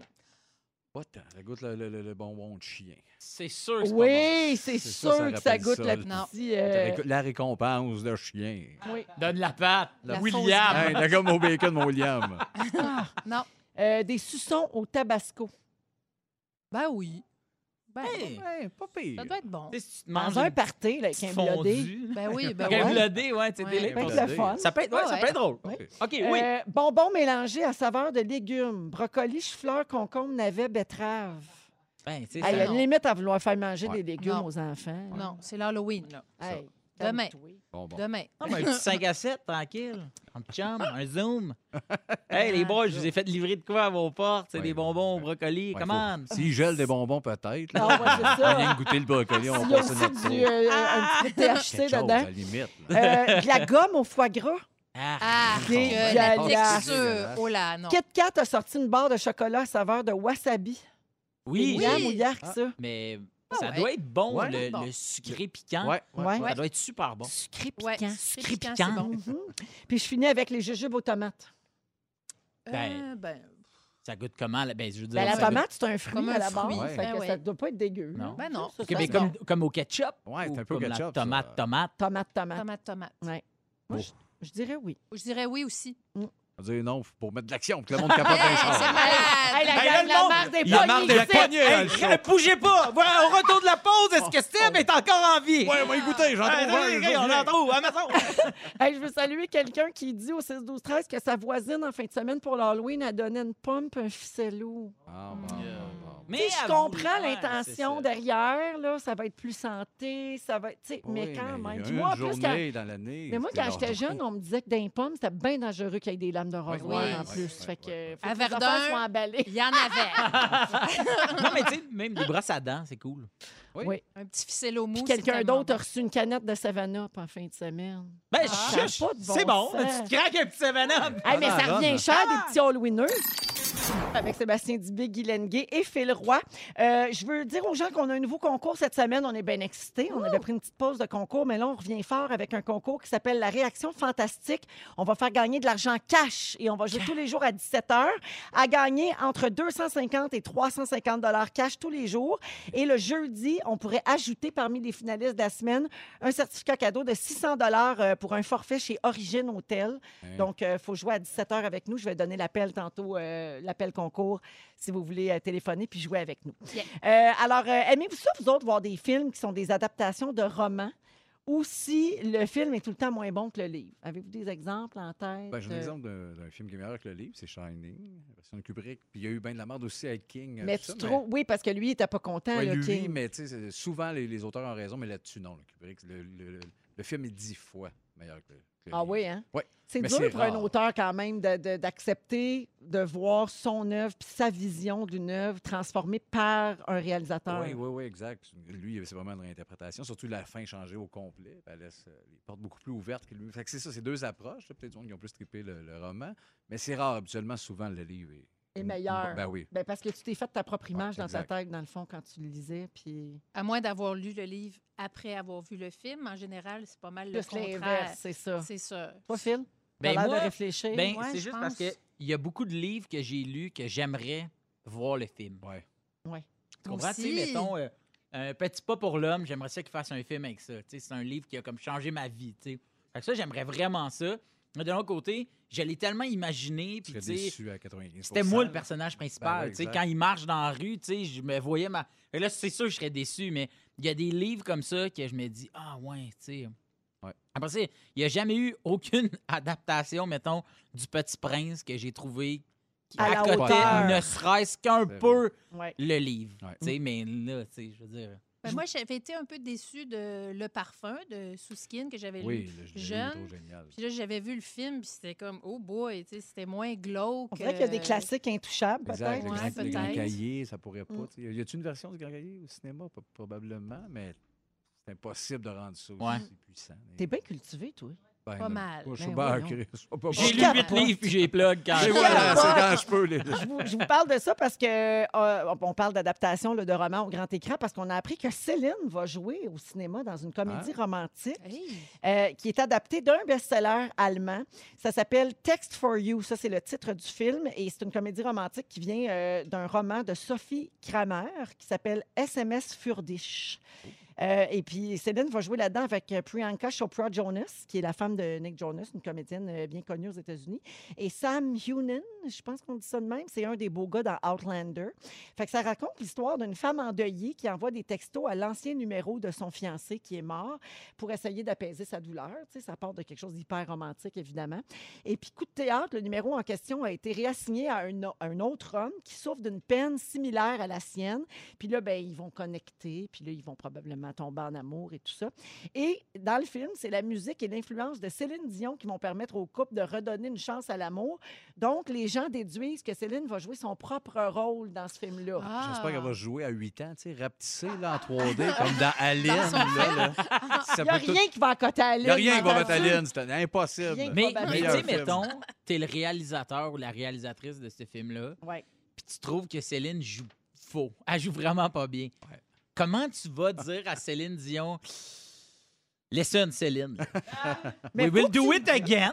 Pas tant. Ça goûte le, le- le- le bonbon de chien.
C'est sûr que c'est
Oui, c'est
C'est
sûr
ça, ça
que ça
rappelle
goûte
ça, Ah,
la
là.
Non.
petite. euh,
La réco- La récompense de chien.
oui.
pas bon. Donne la patte.
La
William.
Hey, la gomme au bacon, mon William.
Non.
Euh, des suçons au tabasco.
Ben oui. Ben,
Hey,
Hey, pas pire.
ça doit être bon.
Tu sais, si tu te manges
Dans un
une
party là, avec un
petite
blodé.
fondue.
Ben oui, ben
Un
oui.
blodé, ouais, tu sais,
Ouais.
des-
Ça peut être le
Blodé.
fun.
Ça peut être, ouais,
Ah
ça
ouais.
peut être drôle.
Oui.
OK, oui.
Euh, bonbons mélangés à saveur de légumes. Brocoli, chou-fleur, concombre, navet, betterave.
Ben, tu sais,
Hey,
ça-
à la limite à vouloir faire manger
Ouais.
des légumes
Non.
aux enfants. là.
Non, c'est l'Halloween, là.
Hey,
Demain.
calme-toi.
Bonbon.
Demain.
Ah, mais un petit 5 à 7, tranquille. Un petit chum, un zoom. Hey, les boys, je vous ai fait livrer de quoi à vos portes? C'est
Ouais.
des bonbons au brocoli.
Ouais,
Comment?
faut- S'il gèle des bonbons, peut-être. là.
Ah, ouais, c'est ça.
On vient de goûter le brocoli, on
Il y a
passe à
aussi
notre
du,
tour.
euh, un petit peu de THC
Quelque chose, à
dedans.
la limite. là.
Euh, de la gomme au foie gras.
Ah, que
Dégueulasse.
la texture. Oh là, non.
Kit Kat a sorti une barre de chocolat à saveur de wasabi.
oui,
C'est
Oui.
bien mouillard que ça.
mais
Ah
ça
ouais.
doit être bon,
Ouais.
le,
Bon.
le sucré piquant.
Ouais, ouais.
Hein? Ouais.
Ça doit être super bon.
Sucré
Ouais,
piquant.
c'est
Sucré
piquant,
piquant.
c'est bon.
Mhm. Puis je finis avec les jujubes aux tomates.
Ben,
Euh, ben,
Ça goûte comment? là? Ben, je veux dire,
Ben, la
ça goûte-
tomate, c'est un fruit
Comme un
à la base.
fruit.
Ouais.
fait que
Ben
Ça
ouais.
ne doit pas être dégueu.
Non.
ben non.
Ça,
OK, mais
c'est
comme,
bon.
comme au ketchup.
Ouais,
ou
c'est un peu
comme
ketchup, ça.
La tomate, tomate.
Tomate, tomate.
Tomate, tomate.
Moi,
Bon.
je, je dirais oui.
Je dirais oui aussi.
On va dire non pour mettre de l'action, pour que le monde capote
Hey, c'est
un
Hey,
malade.
la,
Hey,
gang,
le
la
monde,
marre des
il y a marre
poignées,
de
c'est-
poignées. dans le
Hey,
show.
hey, bougez pas! Voilà, au retour de la pause, est-ce que Steve est encore en vie?
Ouais, on va y goûter, j'en
Hey,
trouve un,
les
je
gars,
viens.
on en trouve, à matin.
Hey, je veux saluer quelqu'un qui dit au 6 12 13 que sa voisine en fin de semaine pour l'Halloween a donné une pompe un ficello.
Ah, bon, bon, bon, bon.
Tu sais, je comprends l'intention derrière là, ça va être plus santé, ça va être tu sais, mais
Oui,
quand
il y
même.
a
Puis moi en
une
plus quand-
journée dans l'année.
mais moi
c'est
quand j'étais
leur-
jeune, on me disait que d'un pomme, c'était bien dangereux qu'il y ait des lames de rasoir
ouais,
en
ouais,
plus.
ouais,
fait que faut que
À
les affaires
Verdun,
soient emballées.
Il y en avait.
Non, mais tu sais, même des brosses à dents, c'est cool.
Un petit ficello mou.
Puis
c'est
quelqu'un
tellement
d'autre a
bon.
reçu une canette de 7-Up en fin de semaine.
Ben,
Ah.
je- je-
Ça a pas de bon
c'est bon,
sens.
mais tu te craques un petit Ben, 7
Hey, mais
Ah,
ça
non,
revient
non.
cher, des petits Halloweeners. Avec Sébastien Dubé, Guy Lenguet et Phil Roy. Euh, je veux dire aux gens qu'on a un nouveau concours cette semaine. On est bien excités. On avait pris une petite pause de concours, mais là, on revient fort avec un concours qui s'appelle La réaction fantastique. On va faire gagner de l'argent cash et on va jouer tous les jours à 17 h. À gagner entre 250 et 350 dollars cash tous les jours. Et le jeudi, on pourrait ajouter parmi les finalistes de la semaine un certificat cadeau de 600 dollars euh, pour un forfait chez Origine Hôtel.
Hein.
Donc, il faut jouer à 17 h avec nous. Je vais donner l'appel tantôt, euh, l'appel concours, si vous voulez euh, téléphoner puis jouer avec nous.
Yeah.
Euh, alors, euh, aimez-vous ça, vous autres, voir des films qui sont des adaptations de romans ou si le film est tout le temps moins bon que le livre? Avez-vous des exemples en tête?
Ben, j'ai un
euh,
exemple d'un d'un film qui est meilleur que le livre, c'est Shining, la version de Kubrick. Puis il y a eu bien de la merde aussi avec King. euh,
mais
tout
tu
ça,
trouves- Oui, parce que lui, il n'était pas content,
Ouais,
là,
lui,
King.
mais tu sais, c'est- souvent les, les auteurs ont raison, mais là-dessus, non. le Kubrick, le, le- le film est dix fois meilleur que le. que le
Ah
livre.
oui, hein?
Ouais.
C'est
Mais
dur
c'est
pour un
rare.
auteur quand même de- de- d'accepter de, voir son œuvre puis sa vision d'une œuvre transformée par un réalisateur.
Oui, oui, oui, exact. Lui, c'est vraiment une réinterprétation. Surtout la fin changée au complet. Elle laisse euh, les portes beaucoup plus ouvertes que lui. Fait que c'est ça, c'est deux approches. là. Peut-être du monde qui ont plus trippé le, le roman. Mais c'est rare. Habituellement, souvent, le livre est.
Et meilleur.
Ben oui.
Ben, parce que tu t'es fait ta
Ah,
propre image dans
exact.
ta tête, dans le fond, quand tu le lisais. Puis
À moins d'avoir lu le livre après avoir vu le film, en général, c'est pas mal le
plus
contraire.
l'inverse, c'est ça.
C'est ça.
Toi, Phil, t'as
Ben,
l'air
moi,
de réfléchir.
Ben,
Ouais,
c'est
je
juste parce
pense.
qu'il y a beaucoup de livres que j'ai lus que j'aimerais voir le film.
Ouais.
Tu comprends? Tu sais,
Aussi.
mettons, euh, Un petit pas pour l'homme, j'aimerais ça qu'il fasse un film avec ça. Tu sais, C'est un livre qui a comme changé ma vie. tu sais. Fait que ça, j'aimerais vraiment ça. Mais de l'autre côté, je l'ai tellement imaginé.
Tu
puis
serais
tu sais,
déçu à 95
C'était moi le
là.
personnage principal.
Ben ouais,
tu sais,
exact.
quand il marche dans la rue, tu sais, je me voyais. Ma... Et là, c'est sûr, que je serais déçu, mais il y a des livres comme ça que je me dis Ah, ouais, tu sais.
Ouais.
Après ça, il n'y a jamais eu aucune adaptation, mettons, du Petit Prince que j'ai trouvé qui
À la
accotait
hauteur.
ne serait-ce qu'un
C'est
peu
Ouais.
le livre.
Ouais.
Tu sais, mais là, tu sais, je veux dire,
Ben, moi, j'avais été un peu déçue de Le Parfum de Souskin que j'avais lu.
Oui, le génie
jeune.
trop génial.
Puis là, j'avais vu le film, puis c'était comme, oh boy, tu sais, c'était moins glauque.
On dirait qu'il y a des
euh,
classiques intouchables,
Exact,
peut-être.
le,
Ouais,
grand, le Grand
peut-être.
cahier, ça pourrait pas.
Mm.
tu sais. Y a-t-il une version du grand cahier au cinéma? P- probablement, mais c'est impossible de rendre ça aussi
Ouais.
puissant.
T'es bien cultivé, toi.
Ben,
pas
non,
mal.
pas- Je suis
Ben
bien
voyons.
Chris, je suis pas-
J'ai
Je
lu
capote.
8 livres puis j'ai plug quand
Et
Je
voilà,
capote.
c'est quand je peux. Les...
je, vous, je vous parle de ça parce que euh, on parle d'adaptation là, de romans au grand écran parce qu'on a appris que Céline va jouer au cinéma dans une comédie
Ah.
romantique
hey,
euh, qui est adaptée d'un best-seller allemand. Ça s'appelle Text for You. Ça, c'est le titre du film et c'est une comédie romantique qui vient euh, d'un roman de Sophie Kramer qui s'appelle SMS Furdish. Euh, et puis Céline va jouer là-dedans avec euh, Priyanka Chopra Jonas, qui est la femme de Nick Jonas, une comédienne euh, bien connue aux États-Unis, et Sam Hunan, je pense qu'on dit ça de même, c'est un des beaux gars dans Outlander. Fait que ça raconte l'histoire d'une femme endeuillée qui envoie des textos à l'ancien numéro de son fiancé qui est mort pour essayer d'apaiser sa douleur. Tu sais, ça part de quelque chose d'hyper romantique, évidemment. Et puis, coup de théâtre, le numéro en question a été réassigné à un, o- à un autre homme qui souffre d'une peine similaire à la sienne. Puis là, ben, ils vont connecter, puis là, ils vont probablement tomber en amour et tout ça. Et dans le film, c'est la musique et l'influence de Céline Dion qui vont permettre au couple de redonner une chance à l'amour. Donc, les gens déduisent que Céline va jouer son propre rôle dans ce film-là.
ah.
Oh, J'espère qu'elle va jouer à 8 ans, tu sais, rapetissée là, en 3D, comme dans Alien.
Dans son
là, là. Ça
Il n'y a
peut tout-
rien qui va accoter à
Il
Aline.
n'y a rien qui va mettre
m'entends-tu?
Alien, c'est impossible.
Rien.
Mais,
Probablement.
mais tu sais,
Meilleur film.
mettons, t'es le réalisateur ou la réalisatrice de ce film-là,
Ouais.
puis tu trouves que Céline joue faux. Elle joue vraiment pas bien. Comment tu vas dire à Céline Dion... Listen, Céline.
Ah. Mais
We will
faut
do
que
it again.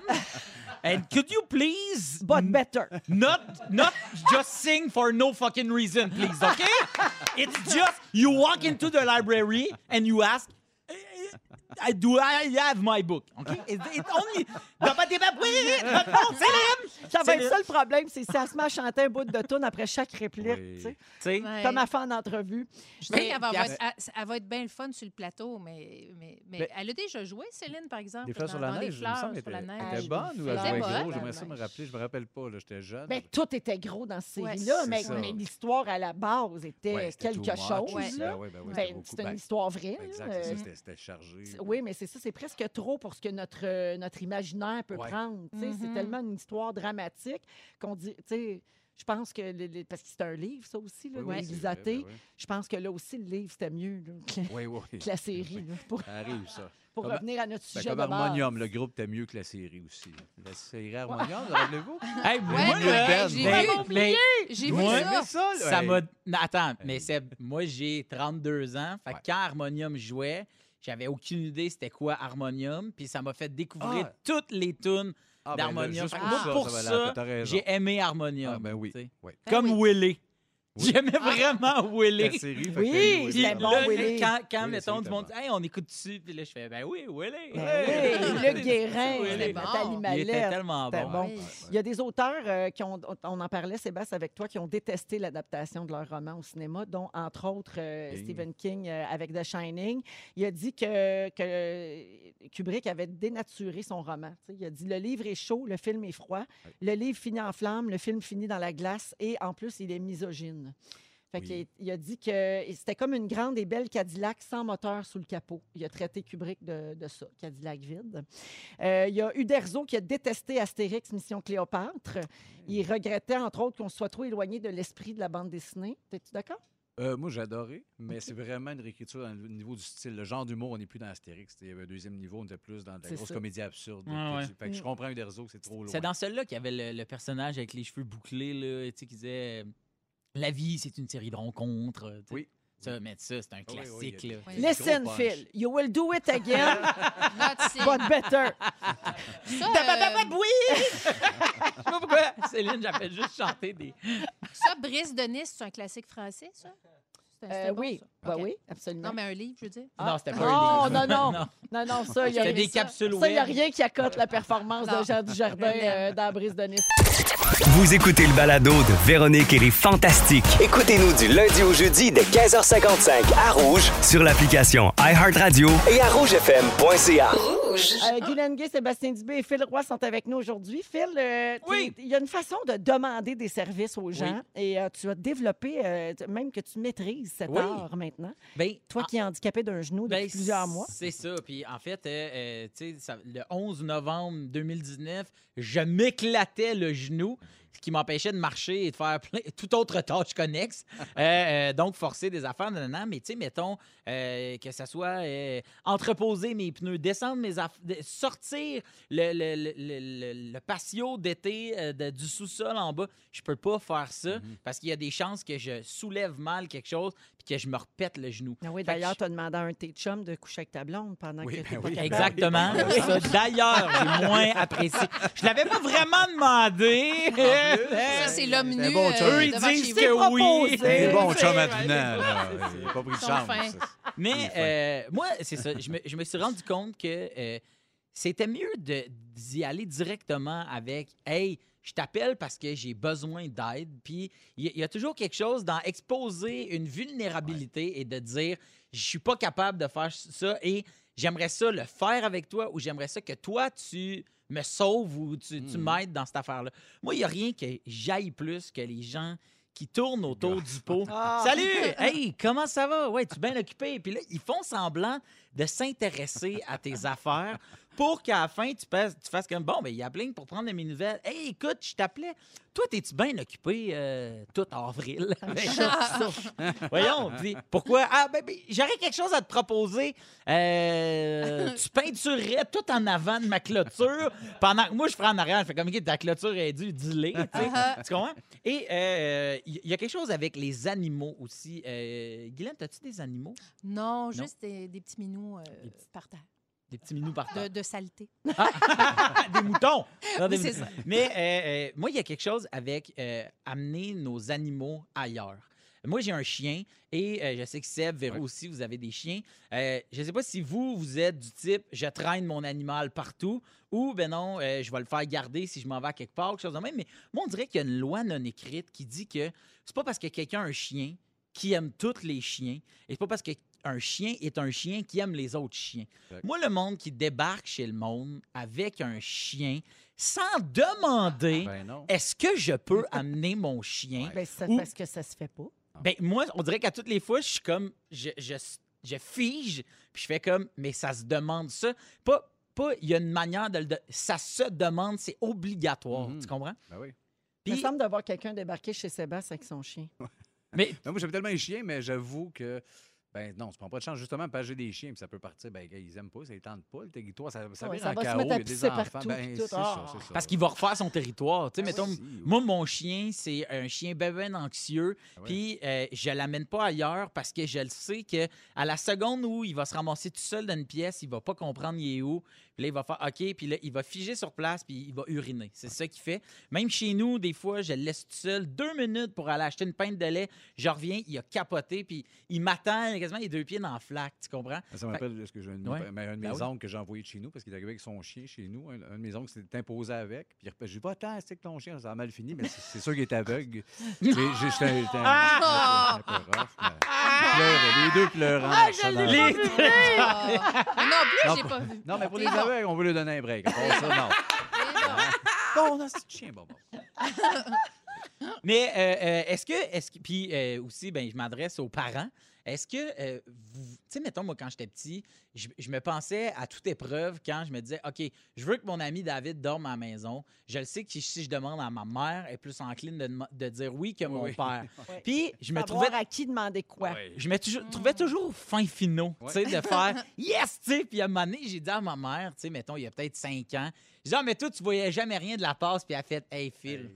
And could you please
But better.
Not not just sing for no fucking reason, please, okay? It's just you walk into the library and you ask, "Eh, eh, do I have my book? Okay? It's, it's only. Non, pas des papiers, non, c'est l'hymne.
Ça va
C'est
être
le-
ça le problème, c'est si elle se met à chanter un bout de tune après chaque réplique,
Oui.
tu sais,
Tu sais,
Ouais.
comme elle fait en entrevue.
Je sais qu'elle va,
puis
avoir-
elle-
elle- elle va être bien le fun sur le plateau, mais, mais, mais,
Mais-
elle a déjà joué, Céline, par exemple.
Des fleurs sur
dans-
la
dans les
neige, il me
fleurs
semble,
sur la
était-
neige.
était bonne ou
Elle
elle jouait
était bonne.
gros? J'aimerais ça me
Ouais.
rappeler, je me rappelle pas, là, j'étais jeune.
Mais ben, tout était gros dans ces
Ouais,
série-là,
c'est
mais,
ça.
mais l'histoire à la base était
Ouais, c'était
quelque
too much,
chose.
Ouais.
c'est-
là.
ben ouais, ben oui,
Ben,
c'était beaucoup.
c'est une
Ben,
histoire vraie.
ben,
là.
Exact, c'est
Euh,
ça, c'était- c'était chargé.
c'est- oui, mais c'est ça, c'est presque trop pour ce que notre, euh, notre imaginaire peut
Ouais.
prendre. tu sais. C'est
Mhm.
tellement une histoire dramatique qu'on dit, tu sais, je pense que, le- le- parce que c'est un livre, ça aussi, là,
Oui,
de
oui,
Lisa
c'est vrai,
Thé.
ben oui.
je pense que là aussi, le livre, c'était mieux là, que,
Oui, oui, oui.
que la série, là, pour,
Ça arrive, ça.
pour
Comme-
revenir à notre
Ben,
sujet
comme
de base.
Harmonium, le groupe était mieux que la série aussi. La série Harmonium, rappelez-vous?
hey, moi,
Ouais,
là,
Ben,
j'ai
ben,
vu,
mais
j'ai vu
Ouais.
ça.
ça, Ben,
ça
hey.
m'a. Non, Attends, mais
Hey.
Seb, moi, j'ai 32 ans. Fait que
Ouais.
quand Harmonium jouait, j'avais aucune idée c'était quoi Harmonium, puis ça m'a fait découvrir
Ah.
toutes les tunes
Ah, ben,
d'harmonium.
juste
Fait que
pour
moi,
ça,
pour
ça valait la
ça,
peine, t'as raison.
j'ai aimé Harmonium.
Ah, ben oui.
tu sais.
oui.
Ah
Comme
oui.
Willy.
Oui.
J'aimais vraiment
La
Willy.
série, fait
Oui,
que, oui,
Ah! c'était
oui,
bon,
ben oui.
là,
Willy.
Quand, quand
Oui,
mettons,
c'est
du monde dit
tellement.
Hey, on écoute dessus, puis là, je fais Ben oui, Willy.
Ben
Hey.
oui, le Guérin,
Oui,
Nathalie
c'était bon.
Il était
Mallette.
tellement
C'était
bon.
bon.
Oui.
Il y a des auteurs euh, qui ont, on en parlait, Sébastien, avec toi, qui ont détesté l'adaptation de leur roman au cinéma, dont entre autres euh,
King.
Stephen King euh, avec The Shining. Il a dit que, que Kubrick avait dénaturé son roman. tu sais. Il a dit le livre est chaud, le film est froid, le livre finit en flammes, le film finit dans la glace, et en plus, il est misogyne. Fait
Oui.
qu'il est- il a dit que c'était comme une grande et belle Cadillac sans moteur sous le capot. Il a traité Kubrick de, de ça, Cadillac vide. Euh, il y a Uderzo qui a détesté Astérix Mission Cléopâtre. Il regrettait, entre autres, qu'on soit trop éloigné de l'esprit de la bande dessinée. T'es-tu d'accord?
Euh, moi, j'ai adoré, mais c'est vraiment une réécriture dans le niveau du style. Le genre d'humour, on n'est plus dans Astérix. Il y avait un deuxième niveau, on était plus dans de la
C'est
grosse
ça. Mm.
comédie absurde.
Ouais, ouais.
Fait que je comprends Uderzo que c'est trop loin.
hein. C'est dans celle-là qu'il y avait le, le personnage avec les cheveux bouclés, là, tu sais, qui disait euh, La vie, c'est une série de rencontres. tu sais.
Oui.
Ça, mais ça, c'est un
oui,
classique.
il y a-
là.
Oui. Ah,
Listen,
punch.
Phil, you will do it again,
Not sick.
but better.
Ah, Ça, euh,
oui! Je sais pas pourquoi Céline, j'appelle juste chanter des.
ça, Brice de Nice, c'est un classique français, ça? C'est
Euh,
un- c'était bon,
oui,
ça.
bah
OK.
oui, absolument.
Non, mais un livre, je veux
Euh,
dire.
Ah.
Non, c'était pas
Non,
un livre.
non, non. Non, non, ça, il y a,
C'était
aimé
des
ça.
capsules
ça, il y a
web.
rien qui accote la performance
Non.
de Jean Dujardin euh, dans Brise de Nice.
Vous écoutez le balado de Véronique et les Fantastiques
Écoutez-nous du lundi au jeudi dès 15h55 à Rouge
sur l'application iHeartRadio
et à rougefm.ca. Rouge.
Rouge.
Euh, Guy Lenguet, Sébastien Dubé et Phil Roy sont avec nous aujourd'hui. Phil, euh, t'es-
Oui.
il y a une façon de demander des services aux gens et euh, tu as développé, euh, t- même que tu maîtrises cet
Oui.
art maintenant.
Ben,
Toi qui es handicapé d'un genou depuis
Ben,
plusieurs mois.
C'est ça. Puis en fait, euh, euh, tu sais, ça- le 11 novembre 2019, je m'éclatais le genou, ce qui m'empêchait de marcher et de faire plein, toute autre tâche connexe. Euh, euh, donc, forcer des affaires, non, non, non. Mais tu sais, mettons euh, que ça soit euh, entreposer mes pneus, descendre mes aff- de- sortir le, le- le- le- le- le patio d'été euh, de- du sous-sol en bas. Je peux pas faire ça
Mhm.
parce qu'il y a des chances que je soulève mal quelque chose puis que je me repète le genou.
Ah
Fait
oui,
que
d'ailleurs, tu as demandé à un de tes chums de coucher avec ta blonde pendant
Oui,
que
ben
t'es pas
oui.
capable.
Exactement. Ça, d'ailleurs, j'ai moins apprécié. Je l'avais pas vraiment demandé.
Ça, c'est l'homme
C'est un
nu
bon
euh,
chum. Eux, ils
devant
disent
chez
que
vous.
oui.
C'est Eh bon,
C'est-
chum avenant. là. Il n'a pas pris de
Ils sont
chance.
fins.
ça.
Mais euh, moi, c'est ça. Je me, je me suis rendu compte que euh, c'était mieux de- d'y aller directement avec Hey, je t'appelle parce que j'ai besoin d'aide. Puis il y a- il y, a toujours quelque chose dans exposer une vulnérabilité et de dire Je suis pas capable de faire ça et j'aimerais ça le faire avec toi ou j'aimerais ça que toi, tu me sauves ou tu, tu m'aides dans cette affaire-là. Moi, il n'y a rien que j'aille plus que les gens qui tournent autour du pot.
Ah.
Salut! Hey, comment ça va? Ouais, tu es bien occupé. Puis là, ils font semblant de s'intéresser à tes affaires pour qu'à la fin, tu, passes- tu fasses comme bon, ben, il y a Blink pour prendre de mes nouvelles. Hey, écoute, je t'appelais. Toi, t'es-tu bien occupé euh, tout avril? Ben, Voyons, puis pourquoi? Ah, ben, ben, j'aurais quelque chose à te proposer. Euh, tu peinturerais tout en avant de ma clôture pendant que moi, je ferais en arrière. Je fais comme, OK, ta clôture est due, dis-le. tu sais. Tu comprends? Et euh, il y a quelque chose avec les animaux aussi. Euh, Guylaine, as-tu des animaux?
Non, juste des, des petits Ah. minous euh,
Des petits-
par terre,
Des petits minous par
de,
terre.
de saleté.
Ah, des moutons! Non, des
Oui, c'est
moutons. Mais euh, euh, moi, il y a quelque chose avec euh, amener nos animaux ailleurs. Moi, j'ai un chien et euh, je sais que Seb, Véro
Ouais.
aussi, vous avez des chiens. Euh, je ne sais pas si vous, vous êtes du type je traîne mon animal partout ou ben non, euh, je vais le faire garder si je m'en vais à quelque part, quelque chose de même. Mais moi, on dirait qu'il y a une loi non écrite qui dit que c'est pas parce que quelqu'un a un chien qui aime tous les chiens et c'est pas parce que un chien est un chien qui aime les autres chiens.
Exact.
Moi, le monde qui débarque chez le monde avec un chien sans demander
Ben non.
est-ce que je peux amener mon chien?
Ben, c'est
Ou-
parce que ça se fait pas.
Ben, moi, on dirait qu'à toutes les fois, je suis comme, je, je, je fige, puis je fais comme, mais ça se demande ça. Pas, pas, il y a une manière de le. de- ça se demande, c'est obligatoire.
Mhm.
Tu comprends?
Ben oui.
Il me
Puis-
semble d'avoir quelqu'un débarquer chez Sébastien avec son chien.
mais
Non, moi, j'aime tellement les chiens, mais j'avoue que. Ben non, tu prends pas de chance, justement, parce que j'ai des chiens, puis ça peut partir. Ben, gars, ils aiment pas, ça les tente pas, le territoire, ça, ça
Ouais,
vire
ça
en
va se
chaos,
mettre à
il y a des
pisser
enfants.
partout,
ben,
puis
c'est
tout.
ça,
Ah.
c'est ça.
parce qu'il va refaire son territoire. Tu sais,
Ben
mettons,
oui, oui.
moi, mon chien, c'est un chien bébé anxieux,
Ah ouais.
puis euh, je l'amène pas ailleurs parce que je le sais que à la seconde où il va se ramasser tout seul dans une pièce, il va pas comprendre il est où. Puis là, il va faire OK, puis là, il va figer sur place, puis il va uriner.
Ah.
C'est ça qu'il fait. Même chez nous, des fois, je le laisse tout seul deux minutes pour aller acheter une pinte de lait. Je reviens, il a capoté, puis il m'attend quasiment les deux pieds dans la flaque, tu comprends?
Ça me rappelle ce que j'ai un, de mes-
Ouais.
ben, un de mes
Ben oui.
oncles que j'ai envoyé de chez nous parce qu'il est arrivé avec son chien chez nous. Un, un de mes oncles s'était imposé avec. Puis il repa- j'ai dit Va-t'en, c'est que ton chien, ça a mal fini. Mais c'est c'est sûr qu'il est aveugle. J'ai- j'ai- J'étais j'étais un,
Ah!
j'étais un peu rough, mais-
Ah!
Pleurait, les deux pleurants. ça dans-
Ah. Mais Non, plus,
Non,
j'ai
pas-
pas vu.
Non, mais pour
T'es
les
bon,
aveugles, on veut lui donner un break. À part ça, non.
t'es bon.
Bon, non, c'est chien, bon, bon.
Mais euh, euh, est-ce que, est-ce que, puis euh, aussi, ben, je m'adresse aux parents. Est-ce que, euh, vous- tu sais, mettons, moi, quand j'étais petit, je, je me pensais à toute épreuve quand je me disais, OK, je veux que mon ami David dorme à la maison. Je le sais que si je demande à ma mère, elle est plus encline de, dem- de dire oui que mon
oui.
père. Puis, je me
Savoir
trouvais
à qui demander quoi.
Ouais.
je me touj- trouvais
Ah.
toujours fin finaux, tu sais, de faire yes, tu sais. Puis à un moment donné, j'ai dit à ma mère, tu sais, mettons, il y a peut-être cinq ans, j'ai dit, ah, mais toi, tu voyais jamais rien de la passe, puis elle a fait, hey, Phil,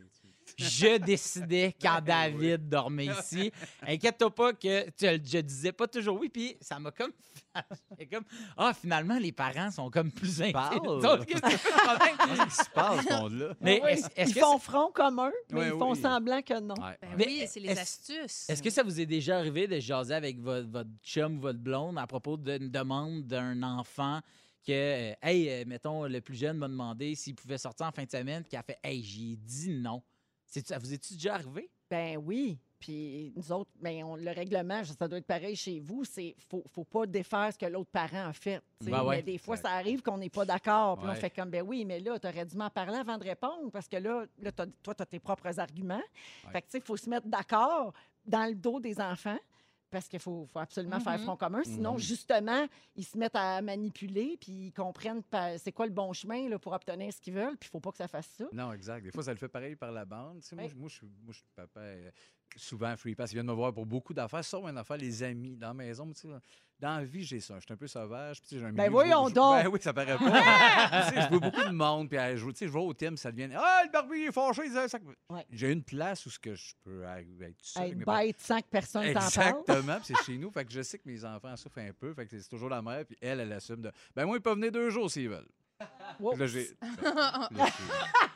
je décidais quand
Ben
David dormait ici. Inquiète-toi pas que tu, je disais pas toujours oui, puis ça m'a comme. fait comme, ah, finalement, les parents sont comme plus inquiets.
Parle.
Donc, qu'est-ce que c'est le problème?
Qu'est-ce qui se passe, ce monde-là?
Mais
Oui.
est-ce- est-ce
ils
que
font front commun, mais
Ouais,
ils font
oui. Ah.
semblant que non.
Ouais,
Ben
ouais.
oui, c'est les
est-ce-
astuces.
Est-ce que ça vous est déjà arrivé de jaser avec votre, votre chum ou votre blonde à propos d'une demande d'un enfant que, euh, hey, euh, mettons, le plus jeune m'a demandé s'il pouvait sortir en fin de semaine, puis qu'elle a fait, hey, j'ai dit non. C'est- Ça vous est-tu déjà arrivé?
Ben oui. Puis nous autres, ben, on- le règlement, je- ça doit être pareil chez vous, c'est faut, faut pas défaire ce que l'autre parent a fait. tu sais.
Ben ouais,
mais des fois,
exact.
ça arrive qu'on n'est pas d'accord. Puis on
Ouais.
fait comme, ben oui, mais là, tu aurais dû m'en parler avant de répondre parce que là, là t'as- toi, tu as tes propres arguments.
Ouais.
Fait que, tu sais, il faut se mettre d'accord dans le dos des enfants parce qu'il faut, faut absolument faire
Mhm.
front commun. Sinon,
Mhm.
justement, ils se mettent à manipuler puis ils comprennent pas- c'est quoi le bon chemin là, pour obtenir ce qu'ils veulent. Puis il faut pas que ça fasse ça.
Non, exact. Des fois, ça le fait pareil par la bande. Tu sais, moi,
Oui.
je- moi, je suis moi, je suis papa euh, souvent free pass. Ils viennent me voir pour beaucoup d'affaires, sauf une affaire, les amis, dans la maison. mais tu sais, dans la vie, j'ai ça. Je suis un peu sauvage. Puis, tu sais, j'ai un milieu, je
voyons
vois- je-
donc!
Ben oui, ça paraît pas. Tu sais, je vois beaucoup de monde. Puis, euh, je, vois- tu sais, je vois au thème, ça devient Ah, le barbu, il est fâché. il disait ça.
Ouais.
J'ai une place où ce que je peux arriver, être seul.
Hey,
avec mes parents.
bête sans que personne t'en parle.
Exactement, puis c'est chez nous. Fait que je sais que mes enfants souffrent un peu. Fait que c'est toujours la mère, puis elle, elle assume de. Ben moi, ils peuvent venir deux jours s'ils veulent. Puis Là, j'ai. Là, j'ai-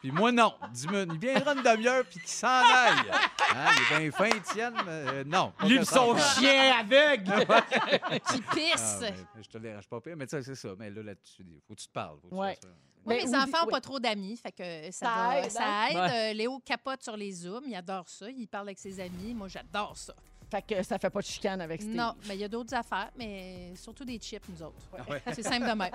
Puis moi, non. Dis-moi, il viendra une demi-heure, puis qu'il s'en aille. Hein, il est bien fin, Étienne. mais, euh, non.
Lui pis
Pas que ça en
son
fasse.
chien aveugle!
Qui
Ah,
pisse.
ben, je te le dérange pas pire, mais tu sais, c'est ça. Mais là, là-dessus, il faut que tu te parles. Faut que tu
Ouais.
fasses ça.
Ben,
Moi, mes
oublie-
enfants n'ont
oui.
pas trop d'amis, fait que
Ça
ça, va-
aide,
ça
hein?
aide. Euh, Léo capote sur les Zooms, il adore ça. Il parle avec ses amis. Moi, j'adore ça.
Fait que ça fait pas de chicane avec Steve.
Non, mais il y a d'autres affaires, mais surtout des chips, nous autres. C'est simple de même.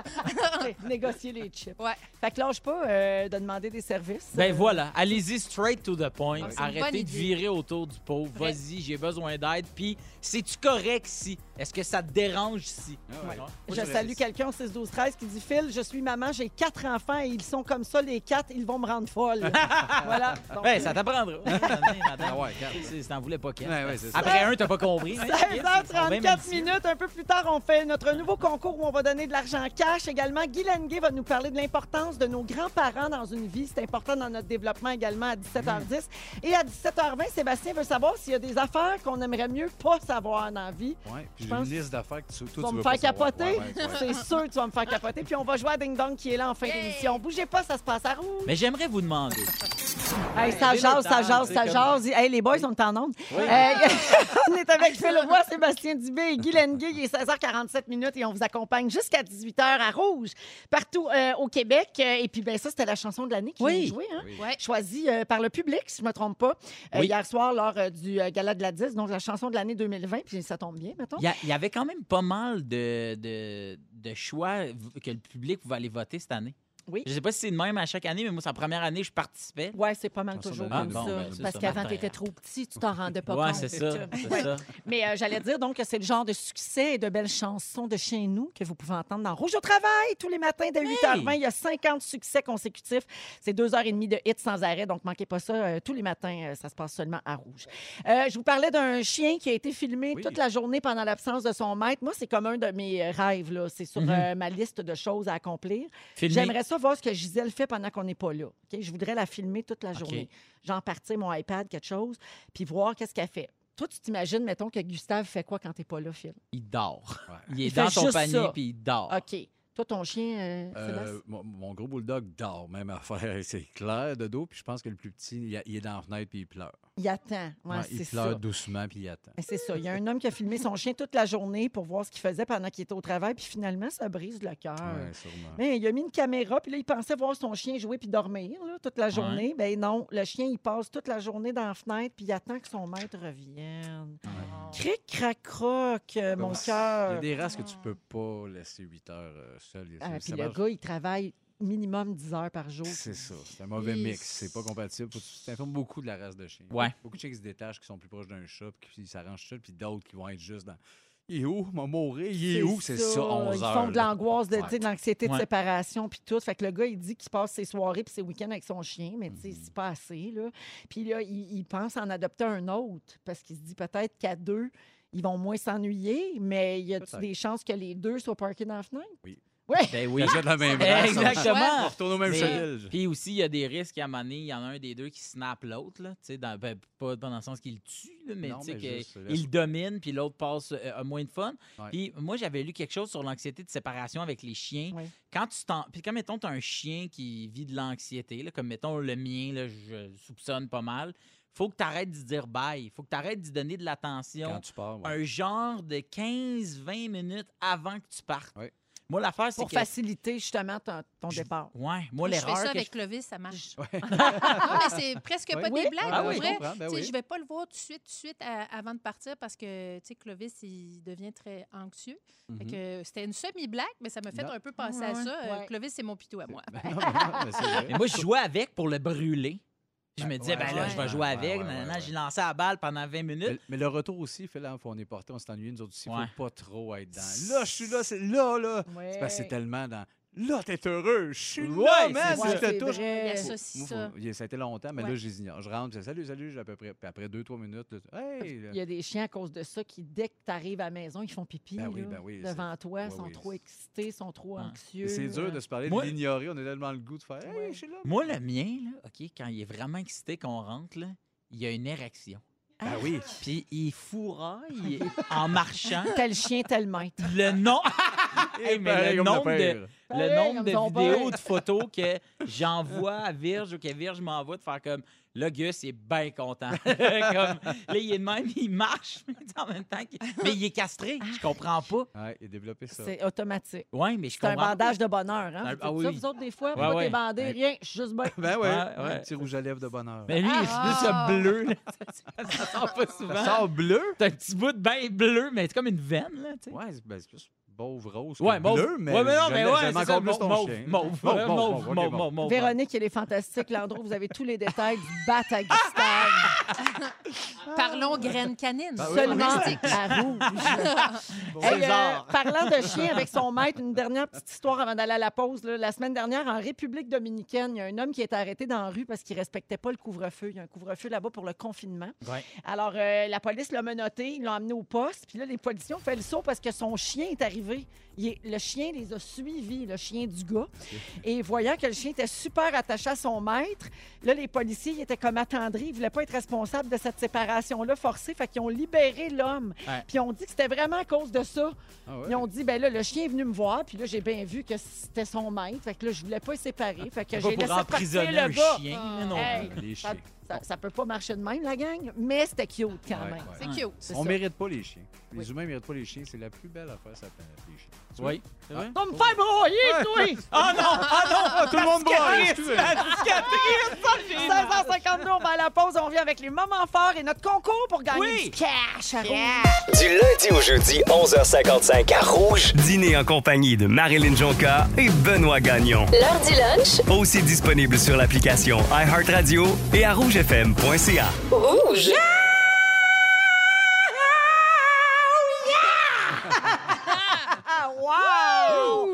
T'sais, Négocier les chips.
Ouais.
Fait que lâche pas euh, de demander des services.
Ben
Euh,
voilà, allez-y straight to the point.
Ah, c'est une bonne
Arrêtez de
idée.
virer autour du pot.
Vrai.
Vas-y, j'ai besoin d'aide. Puis, c'est-tu correct si? Est-ce que ça te dérange si?
Ah ouais. Ah
Ouais.
Je salue quelqu'un au 6 12 13 qui dit Phil, je suis maman, j'ai quatre enfants et ils sont comme ça les quatre, ils vont me rendre folle. voilà. Donc,
Ben, ça t'apprendra.
Ah ouais, regarde.
Si si t'en voulais pas, Ken.
Ouais, ouais, c'est ça.
Après un, t'as pas compris. hein? Yes,
16h34
c'est
minutes. Un peu plus tard, on fait notre nouveau concours où on va donner de l'argent cash. Également, Guy Lenguet va nous parler de l'importance de nos grands-parents dans une vie. C'est important dans notre développement également à 17h10. Et à 17h20, Sébastien veut savoir s'il y a des affaires qu'on aimerait mieux pas savoir dans la vie.
Ouais,
Je
puis j'ai une
pense-
liste d'affaires que tu, toi,
Tu
tu
vas me
veux
faire
pas savoir.
capoter.
Ouais, ouais, ouais.
C'est sûr que tu vas me faire capoter. Puis on va jouer à Ding Dong qui est là en fin d'émission. Bougez pas, ça se passe à rouge.
Mais j'aimerais vous demander.
Hey, ça
Dès
jase,
Ben, le
ça
temps,
jase,
c'est
ça
comme-
jase. Hey, les boys, on est en onde. Euh, on est avec Phil Roy, Sébastien Dubé et Guy Lenguy. Il est 16h47 minutes et on vous accompagne jusqu'à 18h à Rouge, partout euh, au Québec. Euh, Et puis, ben ça, c'était la chanson de l'année qui
Oui.
est jouée. Hein?
Oui.
Ouais.
Choisie euh, par le public, si je ne me trompe pas, euh,
Oui.
hier soir lors euh, du euh, Gala de la 10, donc la chanson de l'année 2020, puis ça tombe bien, mettons.
Il y, a- il y avait quand même pas mal de, de- de choix v- que le public pouvait aller voter cette année.
Oui.
Je sais pas si c'est de même à chaque année, mais moi, c'est la première année je participais.
Ouais, c'est pas mal
Chanson de
toujours
l'année
comme
de
ça.
2020, c'est
Parce
ben, ça,
qu'avant,
Martin.
tu étais trop petit, tu t'en rendais pas
ouais,
compte.
c'est ça. C'est ça.
Mais euh, j'allais dire donc que c'est le genre de succès et de belles chansons de chez nous que vous pouvez entendre dans Rouge au travail tous les matins dès 8h20. Il y a 50 succès consécutifs. C'est deux heures et demie de hits sans arrêt, donc manquez pas ça euh, tous les matins. euh, ça se passe seulement à Rouge. Euh, je vous parlais d'un chien qui a été filmé
Oui.
toute la journée pendant l'absence de son maître. Moi, c'est comme un de mes euh, rêves. là. C'est sur
Mhm.
euh, ma liste de choses à accomplir.
Filmé.
J'aimerais ça voir ce que Gisèle fait pendant qu'on n'est pas là. OK? Je voudrais la filmer toute la journée. Genre partir mon iPad, quelque chose, puis voir qu'est-ce qu'elle fait. Toi, tu t'imagines, mettons, que Gustave fait quoi quand t'es pas là, Phil?
Il dort.
Ouais.
Il est
Il
dans
fait
son
juste
panier
ça.
puis il dort.
OK. Toi, ton chien, euh,
Euh,
Sébastien?
mon, mon gros bulldog dort, même affaire, c'est clair de dos. Puis je pense que le plus petit, il, a- il est dans la fenêtre puis il pleure.
Il attend. Ouais,
Ouais,
c'est
il
ça.
pleure doucement puis il attend.
Mais C'est ça. Il y a un homme qui a filmé son chien toute la journée pour voir ce qu'il faisait pendant qu'il était au travail, puis finalement, ça brise le cœur.
Ouais, sûrement.
Ah Mais il a mis une caméra, puis là, il pensait voir son chien jouer puis dormir là, toute la journée. Ben non, le chien, il passe toute la journée dans la fenêtre, puis il attend que son maître revienne. Cric, crac, croc, euh, mon
Il y a
cœur. euh,
des races que tu peux pas laisser 8 heures euh, seul. Il y a-
Ah,
ça-
puis
ça
le
marche-
gars, il travaille minimum 10 heures par jour.
C'est ça. C'est un mauvais
Il-
mix. C'est pas compatible. Faut- Tu t'informes beaucoup de la race de chiens.
Ouais.
Beaucoup de chiens qui se détachent, qui sont plus proches d'un chat, puis qui s'arrangent seuls, puis d'autres qui vont être juste dans. Il est où? M'a mouru. Il est où? C'est ça, 11 heures.
Ils font de
là.
l'angoisse, de,
Ouais.
tu sais, de l'anxiété de
Ouais.
séparation, puis tout. Fait que le gars, il dit qu'il passe ses soirées puis ses week-ends avec son chien, mais tu sais,
Mm-hmm.
c'est pas assez, là. Puis là, il, il pense en adopter un autre, parce qu'il se dit peut-être qu'à deux, ils vont moins s'ennuyer, mais il y a
Peut-être.
des chances que les deux soient parqués dans la fenêtre?
Oui.
Oui!
Ben
Il
oui.
achète la même race. On
Exactement.
retourne au même
Mais-
chenil.
Puis aussi, il y a des risques. À un moment donné, il y en a un des deux qui snap l'autre. là, tu sais, dans- ben, pas dans le sens qu'il le tue, là, mais
Non,
tu sais
mais
que
juste, laisse-
il le domine, puis l'autre passe euh, a moins de fun.
Ouais.
Puis moi, j'avais lu quelque chose sur l'anxiété de séparation avec les chiens.
Ouais.
Quand tu t'en... Puis quand, mettons, tu as un chien qui vit de l'anxiété, là, comme, mettons, le mien, là, je soupçonne pas mal, faut que tu arrêtes d'y dire bye. faut que tu arrêtes d'y donner de l'attention
Quand tu pars, ouais.
un genre de 15-20 minutes avant que tu partes.
Ouais.
Moi, l'affaire, c'est
Pour
que.
faciliter justement ton, ton
Je-
départ.
Ouais, moi,
je fais
l'erreur
ça
que je
avec Clovis, ça marche.
Ouais.
Non, mais c'est presque pas
Oui.
des blagues,
Ah
pour
oui, je
vrai.
comprends, ben
Tu sais,
oui.
Je vais pas le voir tout de suite, tout de suite à- avant de partir parce que tu sais, Clovis, il devient très anxieux. Fait
Mhm.
que C'était une semi-blague, mais ça m'a fait
Non.
un peu penser à
Ouais,
ça. Euh,
ouais.
Clovis, c'est mon pitou à moi.
Ben non, mais non, mais c'est vrai.
Mais moi, je jouais avec pour le brûler. Je me disais,
ouais,
ben là,
ouais,
je vais
ouais,
jouer
ouais,
avec.
ouais, ouais,
Nanana,
ouais.
J'ai lancé la balle pendant 20 minutes.
Mais, mais le retour aussi, Phil, là, on est porté, on s'est ennuyé, nous autres aussi, il
Ouais.
faut pas trop être dans. Ben Là, je suis là, c'est là, là. C'est parce que c'est tellement dans. Là, t'es heureux, je suis là,
Ouais,
man,
c'est
ça
c'est
te touche.
Il
vrai.
associe
Moi,
ça.
faut- il- ça a été longtemps, mais
Ouais.
là, je les ignore. Je rentre, je dis, salut, salut, j'ai à peu près. Puis après deux, trois minutes, là, hey! là.
Il y a des chiens à cause de ça qui, dès que tu arrives à la maison, ils font pipi
Ben oui,
là,
ben oui, c'est-
devant toi,
ouais,
sont
oui.
trop excités, sont trop
Ouais.
anxieux.
C'est
euh,
dur de se parler,
Moi-
de l'ignorer. On a tellement le goût de faire, hey, je suis là.
Moi, le mien, là, OK, quand il est vraiment excité qu'on rentre, là, il a une érection.
Ah oui.
Puis il fourraille en marchant.
Tel chien, tel maître.
Le nom. Hey, mais
Pareil
le
comme
nombre de,
père.
le
Pareil,
nombre
comme ton
de
père.
vidéos, de photos que j'envoie à Virge ou que Virge m'envoie de faire comme le Gus est bien content. comme, là, il est de même, il marche, mais en même temps, qu'il- mais il est
Ah.
castré. Je comprends pas.
Ouais, il a développé ça.
C'est automatique.
Oui, mais je
C'est un
comprends pas.
bandage de bonheur. Hein?
Ah,
Vous faites
oui.
ça, vous autres, des fois, vous
Ouais,
pas
ouais.
débandé,
Ouais.
rien, je suis juste bien.
Ben ouais,
Ouais, ouais.
un petit rouge à lèvres de bonheur.
Mais lui, il est
Ah!
juste bleu. là. Ça, ça, ça sort pas
Ça
souvent.
sort bleu?
T'as un petit bout de bain bleu, mais c'est comme une veine, là, tu sais.
Ouais, c'est- ben, c'est plus mauve rose.
Ouais,
que
mauve.
bleu, mais.
ouais, mais non,
j'aime-
mais ouais,
j'aime
c'est
encore
ça,
plus ton
mauve,
chien.
mauve, mauve,
Mauve, mauve,
mauve,
ok,
mauve,
bon.
mauve, mauve.
Véronique, elle est fantastique. Landreau, vous avez tous les détails du bat à
Ah
Gustave. Ah.
Parlons graines canines.
Ah oui,
Seulement
Domestique.
à rouge.
Bon,
Hey, euh,
César.
parlant de chien avec son maître, une dernière petite histoire avant d'aller à la pause. là. La semaine dernière, en République dominicaine, il y a un homme qui est arrêté dans la rue parce qu'il respectait pas le couvre-feu. Il y a un couvre-feu là-bas pour le confinement.
Ouais.
Alors, euh, la police l'a menotté, ils l'ont amené au poste. Puis là, les policiers ont fait le saut parce que son chien est arrivé. Il est- le chien les a suivis, le chien du gars. Et voyant que le chien était super attaché à son maître, là, les policiers ils étaient comme attendris. Ils voulaient pas être responsables de cette séparation-là forcée. Fait qu'ils ont libéré l'homme.
Ouais.
Puis ils ont dit que c'était vraiment à cause de ça.
Ah ouais.
Ils ont dit, ben là, le chien est venu me voir, puis là, j'ai bien vu que c'était son maître. Fait que là, je voulais pas le séparer. Fait que
Ah. Pas
j'ai laissé
pour
partir
emprisonner
le
un
gars.
chien,
Ah.
là, non.
Hey.
Les
Ça,
chiens.
ça, ça peut pas marcher de même, la gang, mais c'était cute quand
Ouais,
même.
ouais.
C'est cute.
C'est
On
ça.
mérite pas les chiens. Les
Oui.
humains méritent pas les chiens. C'est la plus belle affaire, ça, les chiens. Ah, Tu vois?
Oui. c'est vrai?
Va me faire broyer, toi!
Ah non, ah non, tout le monde
braille,
braille.
excusez.
Ah, Catherine, ça, j'ai-
16h52, on va à la pause, on revient avec les moments forts et notre concours pour gagner
Oui.
du cash à Rouge.
Du lundi au jeudi, 11h55 à Rouge.
Dîner en compagnie de Marilyn Jonca et Benoît Gagnon.
L'heure du lunch,
Aussi disponible sur l'application iHeartRadio et à rougefm.ca.
rouge.
Ah, wow!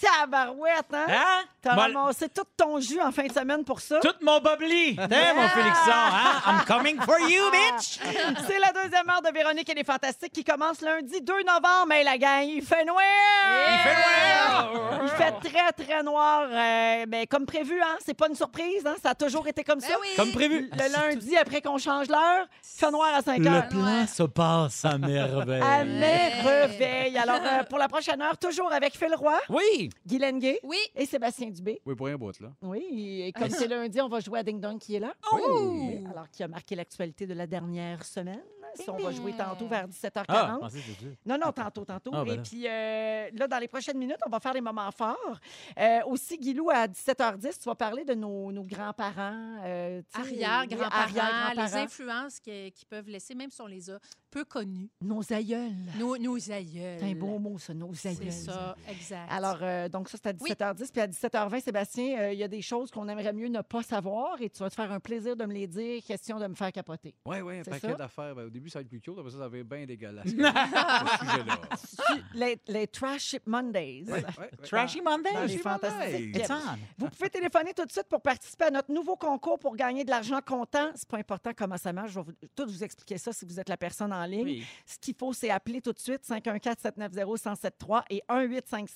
Tabarouette, hein?
Hein?
T'as
Bon,
ramassé tout ton jus en fin de semaine pour ça.
Tout mon bubbly. T'es mon Félixon, hein? I'm coming for you,
Ah!
bitch.
C'est la deuxième heure de Véronique et les Fantastiques qui commence lundi 2 novembre. Mais la gang, il fait noir! Il
fait noir!
Il fait très, très noir. Euh, ben, comme prévu, hein? c'est pas une surprise. Hein? Ça a toujours été comme ça.
Ben oui.
Comme prévu.
Le lundi, après qu'on change l'heure, il fait noir à 5
Ah
heures.
Ah, Le plan se passe à merveille.
À merveille. Alors, euh, pour la prochaine heure, toujours avec Phil Roy,
Oui.
Guy Lenguet
Oui.
et Sébastien Dubé.
Oui, pour un bout, là.
Oui, et
Ah.
comme c'est lundi, on va jouer à Ding Dong qui est là.
Oh!
Oui, Alors, qui a marqué l'actualité de la dernière semaine. Ça, on va jouer
Ding.
tantôt vers 17h40.
Ah, je pensais que c'était
Non, non, tantôt, tantôt.
Ah, ben
Et
là.
puis euh, là, dans les prochaines minutes, on va faire les moments forts. Euh, aussi, Guilou, à 17h10, tu vas parler de nos, nos grands-parents. euh, tu sais,
Arrière,
oui,
grands-parents, les
arrière-grands-parents,
influences que- qu'ils peuvent laisser, même si on les a peu connues.
Nos aïeuls.
Nos, nos aïeuls.
C'est un beau mot, ça, nos aïeuls.
Euh, C'est ça, exact.
Alors, euh, donc ça, c'est à
Oui.
17h10. Puis à 17h20, Sébastien, euh, il y a des choses qu'on aimerait mieux ne pas savoir et tu vas te faire un plaisir de me les dire, question de me faire capoter.
Oui, oui, un
C'est
paquet
ça?
d'affaires. Ben, au début, ça va être plus cute. Après ça, ça va être bien dégueulasse. comme- ce sujet-là.
Ah!
les, les Trash Ship Mondays.
Ouais, ouais, ouais.
Trashy Monday.
Dans les
Monday.
fantastiques.
It's on.
Ah, Vous pouvez téléphoner tout de suite pour participer à notre nouveau concours pour gagner de l'argent comptant. C'est pas important comment ça marche. Je vais vous- tout vous expliquer ça si vous êtes la personne en ligne.
Oui.
Ce qu'il faut, c'est appeler tout de suite 514-790-1073 et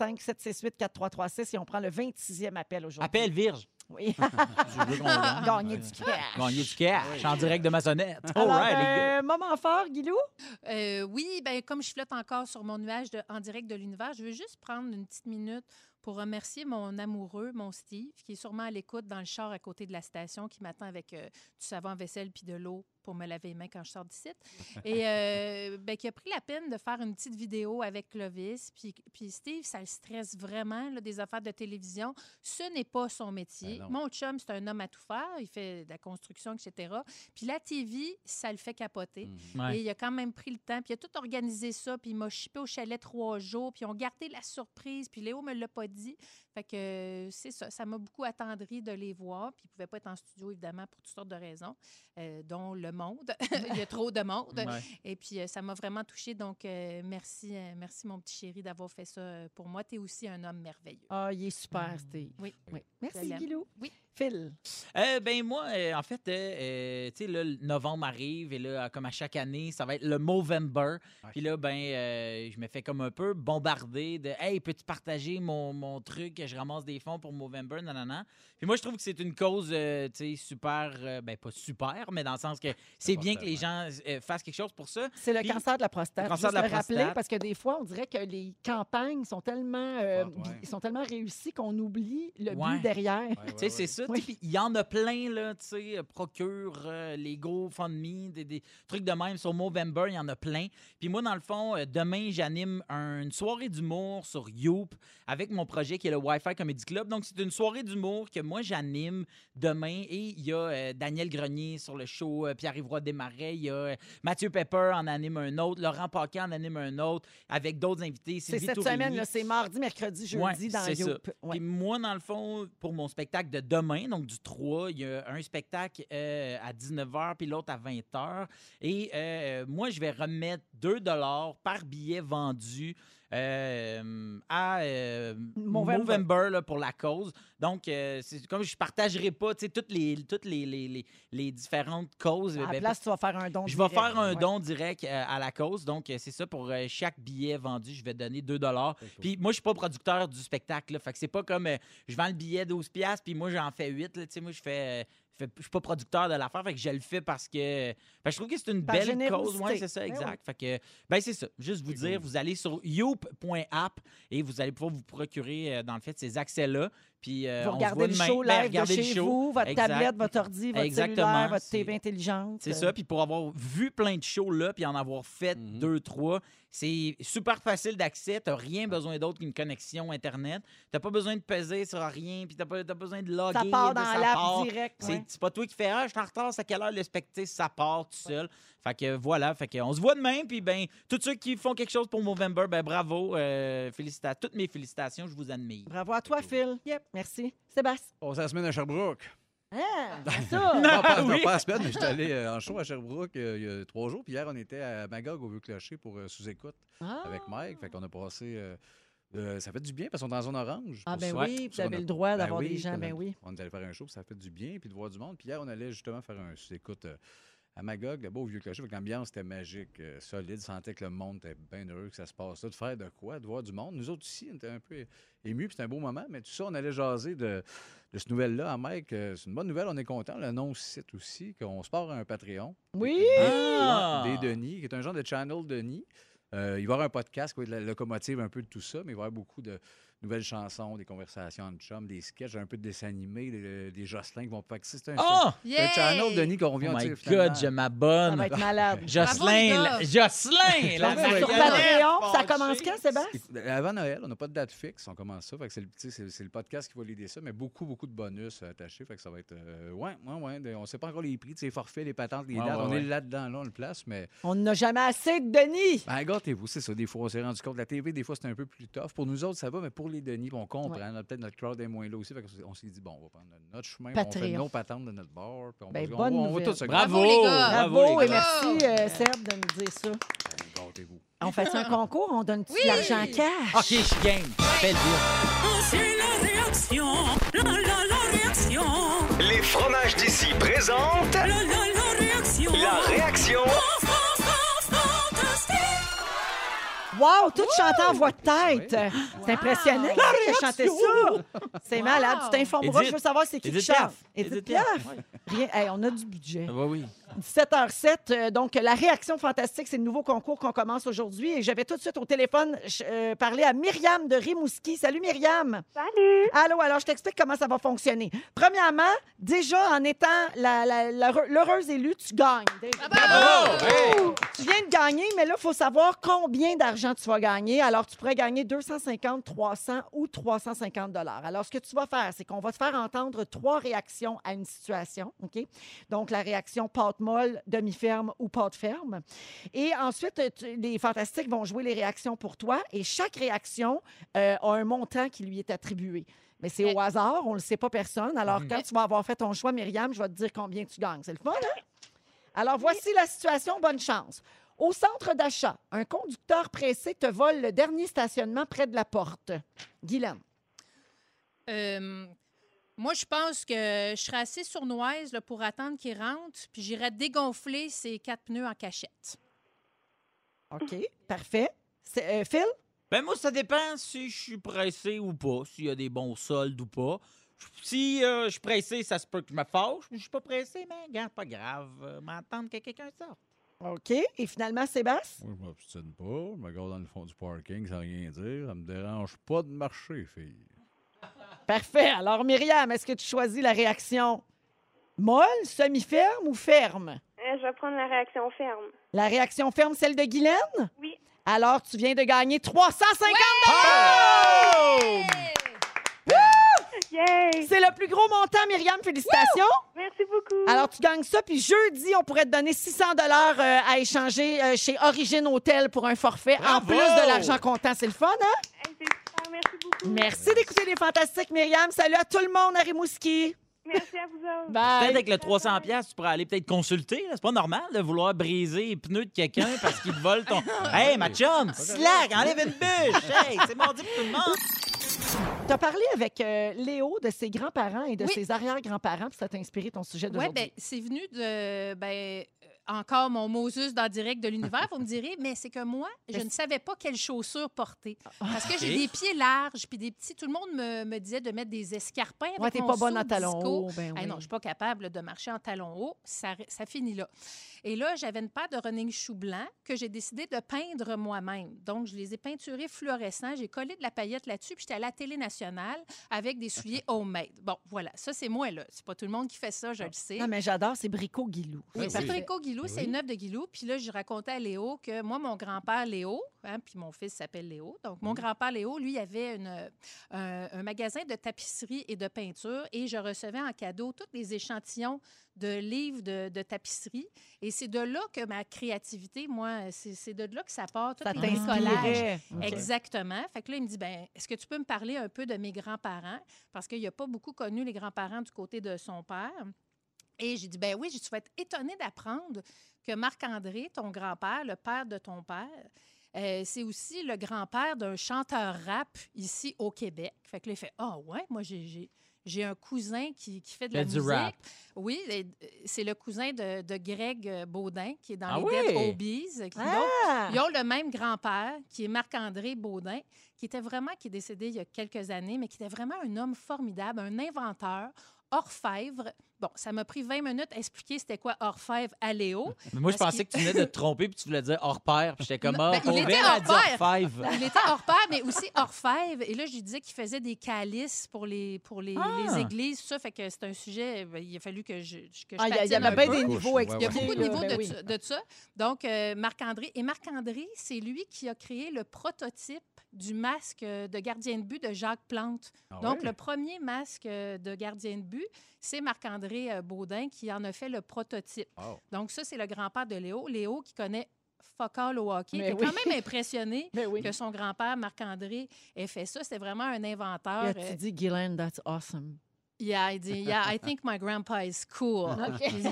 1-855-768-4336 et on prend le 26e appel aujourd'hui.
Appelle Virge.
Oui.
Je veux qu'on gagne.
gagner du cash.
Gagner du cash en direct de ma sonnette. All
Alors,
right, les gars.
euh, moment fort, Guilou.
Euh, oui, ben, comme je flotte encore sur mon nuage de- en direct de l'univers, je veux juste prendre une petite minute pour remercier mon amoureux, mon Steve, qui est sûrement à l'écoute dans le char à côté de la station, qui m'attend avec euh, du savon en vaisselle puis de l'eau pour me laver les mains quand je sors d'ici. Et euh, ben, qui a pris la peine de faire une petite vidéo avec Clovis. Puis, puis Steve, ça le stresse vraiment, là, des affaires de télévision. Ce n'est pas son métier.
Ben non.
Mon chum, c'est un homme à tout faire. Il fait de la construction, etc. Puis la TV, ça le fait capoter.
Mhm.
Et il a quand même pris le temps. Puis il a tout organisé ça. Puis il m'a chippé au chalet trois jours. Puis ils ont gardé la surprise. Puis Léo me l'a pas dit. Fait que euh, c'est ça. Ça m'a beaucoup attendri de les voir. Puis ils pouvaient pas être en studio, évidemment, pour toutes sortes de raisons, euh, dont le monde. il y a trop de monde.
Ouais.
Et puis euh, ça m'a vraiment touchée. Donc euh, merci, euh, merci mon petit chéri d'avoir fait ça euh, pour moi. Tu es aussi un homme merveilleux.
Ah, il est super, Steve.
Oui.
Oui.
Je
Merci,
l'aime.
Guilou.
Oui.
Phil.
Euh, ben moi, euh, en fait, euh, euh, tu sais, là, le novembre arrive et là, comme à chaque année, ça va être le Movember.
Ouais.
Puis là, ben, euh, je me fais comme un peu bombarder de Hey, peux-tu partager mon, mon truc? Je ramasse des fonds pour Movember, nanana. Puis moi, je trouve que c'est une cause, euh, tu sais, super, euh, ben, pas super, mais dans le sens que c'est bien que les gens euh, fassent quelque chose pour ça.
C'est le
Puis-
cancer de la prostate.
Le cancer
Juste
de la
le rappeler,
prostate.
parce que des fois, on dirait que les campagnes sont tellement, euh,
Fortes, ouais.
ils sont tellement réussies qu'on oublie le
Ouais.
but derrière.
Tu sais, c'est ça. tu sais,
Oui.
puis Il y en a plein, là, tu sais, euh, Procure, euh, les GoFundMe, des, des trucs de même. Sur Movember, il y en a plein. Puis moi, dans le fond, euh, demain, j'anime un- une soirée d'humour sur Youp avec mon projet qui est le Wi-Fi Comedy Club. Donc, c'est une soirée d'humour que moi, j'anime demain. Et il y a euh, Daniel Grenier sur le show, euh, Pierre-Yves Roy Desmarais, il y a euh, Mathieu Pepper en anime un autre, Laurent Paquin en anime un autre, avec d'autres invités.
C'est
Sylvie
cette
Tourigny.
semaine, là, c'est mardi, mercredi, jeudi
Ouais,
dans
c'est ça.
Youp. Ouais.
Puis moi, dans le fond, pour mon spectacle de demain, donc du 3, il y a un spectacle euh, à 19h, puis l'autre à 20h. Et euh, moi, je vais remettre 2 par billet vendu euh, à euh,
Movember.
Movember, là, pour la cause. Donc, euh, c'est comme je partagerai pas tu sais, toutes, les, toutes les, les, les- les différentes causes.
À la
ben,
place, tu vas faire un don.
je vais
direct.
faire un
Ouais.
don direct euh, à la cause. Donc, euh, c'est ça, pour euh, chaque billet vendu, je vais donner 2 Puis moi, je suis pas producteur du spectacle. là. Fait que c'est pas comme euh, je vends le billet 12 piastres, puis moi, j'en fais 8. là. Tu sais, moi, je fais... euh, je fais- je suis pas producteur de l'affaire, fait que je le fais parce que, parce que je trouve que c'est une
Par
belle
générosité.
cause. Ouais, c'est ça,
Ben
exact. Fait que, ben c'est ça. Juste vous dire, vous allez sur youp.app et vous allez pouvoir vous procurer, euh, dans le fait, ces accès-là. Puis euh,
Vous
on se
regardez
voit
le
demain.
show
Ben,
live de
regardez le
chez
show.
vous, votre
Exact.
tablette, votre ordi, votre
Exactement,
cellulaire, votre
c'est-
TV intelligente.
C'est ça. Puis pour avoir vu plein de shows là, puis en avoir fait
Mm-hmm.
Mhm.
deux, trois, c'est super facile d'accès. T'as rien besoin d'autre qu'une connexion Internet. T'as pas besoin de peser sur rien, puis t'as pas t'as besoin de loguer.
Ça part dans
là, ça part.
l'app direct.
C'est
ouais.
c'est pas toi qui fais Ah, je suis en retard, c'est à quelle heure le spectacle, ça part tout seul. Fait que voilà, fait que on se voit demain, puis ben, tous ceux qui font quelque chose pour Movember, ben bravo. Euh, félicita- toutes mes félicitations, je vous admire.
Bravo à toi, Phil. Yep, merci. Sébastien.
On s'est la semaine à Sherbrooke.
Hein, ça.
Non, pas, non,
oui.
pas la semaine, mais j'étais allé euh, en show à Sherbrooke euh, il y a trois jours. Puis hier, on était à Magog au Vieux-Clocher pour euh, sous-écoute
Ah.
avec Mike. Fait qu'on a passé. euh, euh, ça fait du bien parce qu'on est dans la zone orange.
Ah,
pour
ben
ça.
oui, puis
Parce
vous
qu'on
avez
a-
le droit
Ben
d'avoir
oui,
des gens,
parce
ben
qu'on-
oui.
On est allé faire un show, puis ça fait du bien, puis de voir du monde. Puis hier, on allait justement faire un sous-écoute euh, à Magog, là-bas au vieux clocher. Fait que L'ambiance était magique, euh, solide. sentait que le monde était bien heureux que ça se passe là, de faire de quoi, de voir du monde. Nous autres ici, on était un peu émus, puis c'était un beau moment. Mais tout ça, on allait jaser de, de cette nouvelle-là à Mike. Euh, C'est une bonne nouvelle, on est content. On l'annonce ici aussi qu'on se part un Patreon.
Oui!
Ah!
Des Denis, qui est un genre de channel Denis. Euh, il va y avoir un podcast, quoi, de la locomotive, un peu de tout ça, mais il va y avoir beaucoup de nouvelles chansons, des conversations entre chums, des sketchs, un peu de dessins animés, des, des Jocelyn qui vont pas C'est un,
Oh!
c'est un channel Denis qu'on
Oh
vient
my God, je
Ah! Ça va
m'abonne.
être malade.
Jocelyn,
Bravo, les
la-
gars.
Jocelyn! la
Bravo, les
Sur
gars.
marionnette
Patreon, ça
fâchée.
commence quand, Sébastien?
Avant Noël, on n'a pas de date fixe, on commence ça. Fait que c'est, le, tu sais, c'est- c'est le podcast qui va l'aider ça, mais beaucoup, beaucoup de bonus attachés. Fait que ça va être. euh, ouais, ouais, ouais. de- on ne sait pas encore les prix, tu sais, les forfaits, les patentes, les
Ouais,
dates.
ouais,
on
ouais.
est là-dedans, là, on le place, mais
On n'a jamais assez de Denis.
Ben, gâtez-vous, c'est ça. Des fois, on s'est rendu compte. La TV, des fois, c'est un peu plus tough. Pour nous autres, ça va, mais pour les Denis, on comprend. là, Peut-être notre crowd est moins là aussi. Fait qu'on s'est- on s'est dit, bon, on va prendre notre chemin, puis on fait
Patreon.
nos patentes de notre bar. puis on,
Ben,
va,
bonne
on, va- on va
nouvelle.
tout se
Bravo!
Bravo, les gars.
Bravo
les
et
gars.
merci, euh, Seb, de me dire ça.
Ben, Gâtez-vous.
On fait un concours, on donne de l'argent cash.
OK, je suis game. Fais le bien.
Les fromages d'ici présentent la réaction.
Wow, tout chantant en voix de tête. C'est impressionnant que tu chanté ça. C'est
Wow.
malade. Tu t'informeras.
Edith.
Je veux savoir c'est qui qui
Edith
chante.
Piaf.
Edith
Edith
Piaf. Rien. Hey, on a du budget.
Ah, bah Oui, oui.
17h07. euh, donc, la réaction fantastique, c'est le nouveau concours qu'on commence aujourd'hui. Et je vais tout de suite au téléphone ch- euh, parler à Myriam de Rimouski. Salut, Myriam.
Salut!
Allô, alors je t'explique comment ça va fonctionner. Premièrement, déjà en étant la- la- la- l'heureuse élue, tu gagnes. Tu viens de gagner, mais là, il faut savoir combien d'argent tu vas gagner. Alors, tu pourrais gagner 250, 300 ou 350 dollars. Alors, ce que tu vas faire, c'est qu'on va te faire entendre trois réactions à une situation. OK? Donc, la réaction pâte molle, demi-ferme ou pâte ferme. Et ensuite, tu- les fantastiques vont jouer les réactions pour toi. Et chaque réaction euh, a un montant qui lui est attribué. Mais c'est au hasard, on ne le sait pas personne. Alors, quand tu vas avoir fait ton choix, Myriam, je vais te dire combien tu gagnes. C'est le fun, hein? Alors, voici la situation. Bonne chance. Au centre d'achat, un conducteur pressé te vole le dernier stationnement près de la porte. Guylaine.
Euh, moi, je pense que je serais assez sournoise là, pour attendre qu'il rentre, puis j'irais dégonfler ses quatre pneus en cachette.
OK, parfait. C'est, euh, Phil?
Ben moi, ça dépend si je suis pressé ou pas, s'il y a des bons soldes ou pas. Si euh, je suis pressé, ça se peut que je me fâche. Je suis pas pressé, mais regarde, pas grave. Euh, M'attendre que quelqu'un sorte.
OK. Et finalement, Sébastien?
Moi, je m'obstine pas. Je me garde dans le fond du parking sans rien dire. Ça me dérange pas de marcher, fille.
Parfait. Alors, Myriam, est-ce que tu choisis la réaction molle, semi-ferme ou ferme?
Euh, je vais prendre la réaction ferme.
La réaction ferme, celle de Guylaine?
Oui.
Alors, tu viens de gagner 350
Oh!
Yay!
C'est le plus gros montant, Myriam. Félicitations.
Merci beaucoup!
Alors, tu gagnes ça, puis jeudi, on pourrait te donner 600 dollars à échanger euh, chez Origine Hôtel pour un forfait, en
Bravo!
plus de l'argent comptant. C'est le fun, hein?
Hey, c'est super, merci beaucoup!
Merci d'écouter les Fantastiques, Myriam. Salut à tout le monde à Rimouski.
Merci à vous autres!
Peut-être
Bye.
avec le 300$, piastres, tu pourrais aller peut-être consulter. là. C'est pas normal de vouloir briser les pneus de quelqu'un parce qu'il te vole ton. hey, ma chum, slack, enlève une bûche. Hey, c'est mardi pour tout le monde.
Tu as parlé avec euh, Léo de ses grands-parents et de
Oui.
ses arrière-grands-parents, puis ça t'a inspiré ton sujet
Oui,
d'aujourd'hui.
ben, c'est venu de. Ben, euh, encore mon Moses dans direct de l'univers, vous me direz, mais c'est que moi, je ne savais pas quelles chaussures porter.
Ah,
Parce que j'ai
Ok.
des pieds larges, puis des petits. Tout le monde me, me disait de mettre des escarpins. Avec
Ouais, t'es
mon
pas bonne
saut
en talons
disco.
hauts. ben
Ah
oui.
non, je suis pas capable de marcher en talons hauts. Ça, ça finit là. Et là, j'avais une paire de running shoes blancs que j'ai décidé de peindre moi-même. Donc, je les ai peinturés fluorescents. J'ai collé de la paillette là-dessus. Puis, j'étais à la télé nationale avec des souliers homemade. Bon, voilà. Ça, c'est moi, là. C'est pas tout le monde qui fait ça, je le sais.
Non, mais j'adore, c'est Brico Guilou.
Oui,
Ah
parce
oui.
que Rico Guilou, c'est une œuvre de Guilou. Puis là, je racontais à Léo que moi, mon grand-père Léo, hein, puis mon fils s'appelle Léo. Donc, mon grand-père Léo, lui, il avait une, euh, un magasin de tapisserie et de peinture. Et je recevais en cadeau tous les échantillons de livres de, de tapisserie. Et c'est de là que ma créativité, moi, c'est c'est de là que ça part, tous
Ça
les collages.
t'inspirait.
Exactement. Fait que là, il me dit ben, est-ce que tu peux me parler un peu de mes grands-parents parce qu'il n'a pas beaucoup connu les grands-parents du côté de son père. Et j'ai dit ben oui, j'ai- tu vas être étonnée d'apprendre que Marc-André, ton grand-père, le père de ton père, euh, c'est aussi le grand-père d'un chanteur rap ici au Québec. Fait que là, il fait Ah, ouais, moi, j'ai- j'ai. J'ai un cousin qui, qui fait de la
Fait du
musique.
rap.
Oui, et, euh, c'est le cousin de, de Greg euh, Baudin qui est dans
Ah
les
oui?
Dead Hobies, qui donc,
Ah!
ils ont le même grand-père, qui est Marc-André Baudin, qui était vraiment, qui est décédé il y a quelques années, mais qui était vraiment un homme formidable, un inventeur, orfèvre. Bon, ça m'a pris 20 minutes à expliquer c'était quoi orfèvre à Léo.
Mais moi, je
Parce
pensais que tu venais de te tromper puis tu voulais dire hors pair. Puis j'étais comme,
Non,
ah,
ben, il
pauvre
était
elle, elle dit
hors pair.
hors five.
Il était orfèvre, mais aussi orfèvre. Et là, je lui disais qu'il faisait des calices pour les, pour les,
Ah!
les églises. Ça fait que c'est un sujet, ben, il a fallu que je, que je
Ah, Il y, a- il y
patine
avait
un
bien
peu.
des niveaux à
Il y a
Il y a
expliquer,
beaucoup de
là.
niveaux
Ben
de,
oui.
ça- de ça. Donc, euh, Marc-André. Et Marc-André, c'est lui qui a créé le prototype du masque euh, de gardien de but de Jacques Plante.
Ah
Donc,
ouais?
le premier masque euh, de gardien de but, c'est Marc-André euh, Baudin qui en a fait le prototype.
Oh.
Donc, ça, c'est le grand-père de Léo. Léo qui connaît Focal au hockey. Il
Mais
est
oui.
quand même impressionné
Ben oui.
que son grand-père, Marc-André, ait fait ça. C'était vraiment un inventeur.
Là,
euh,
tu dis, Guylaine, that's awesome.
Yeah, I did. Yeah, I think my grandpa is cool.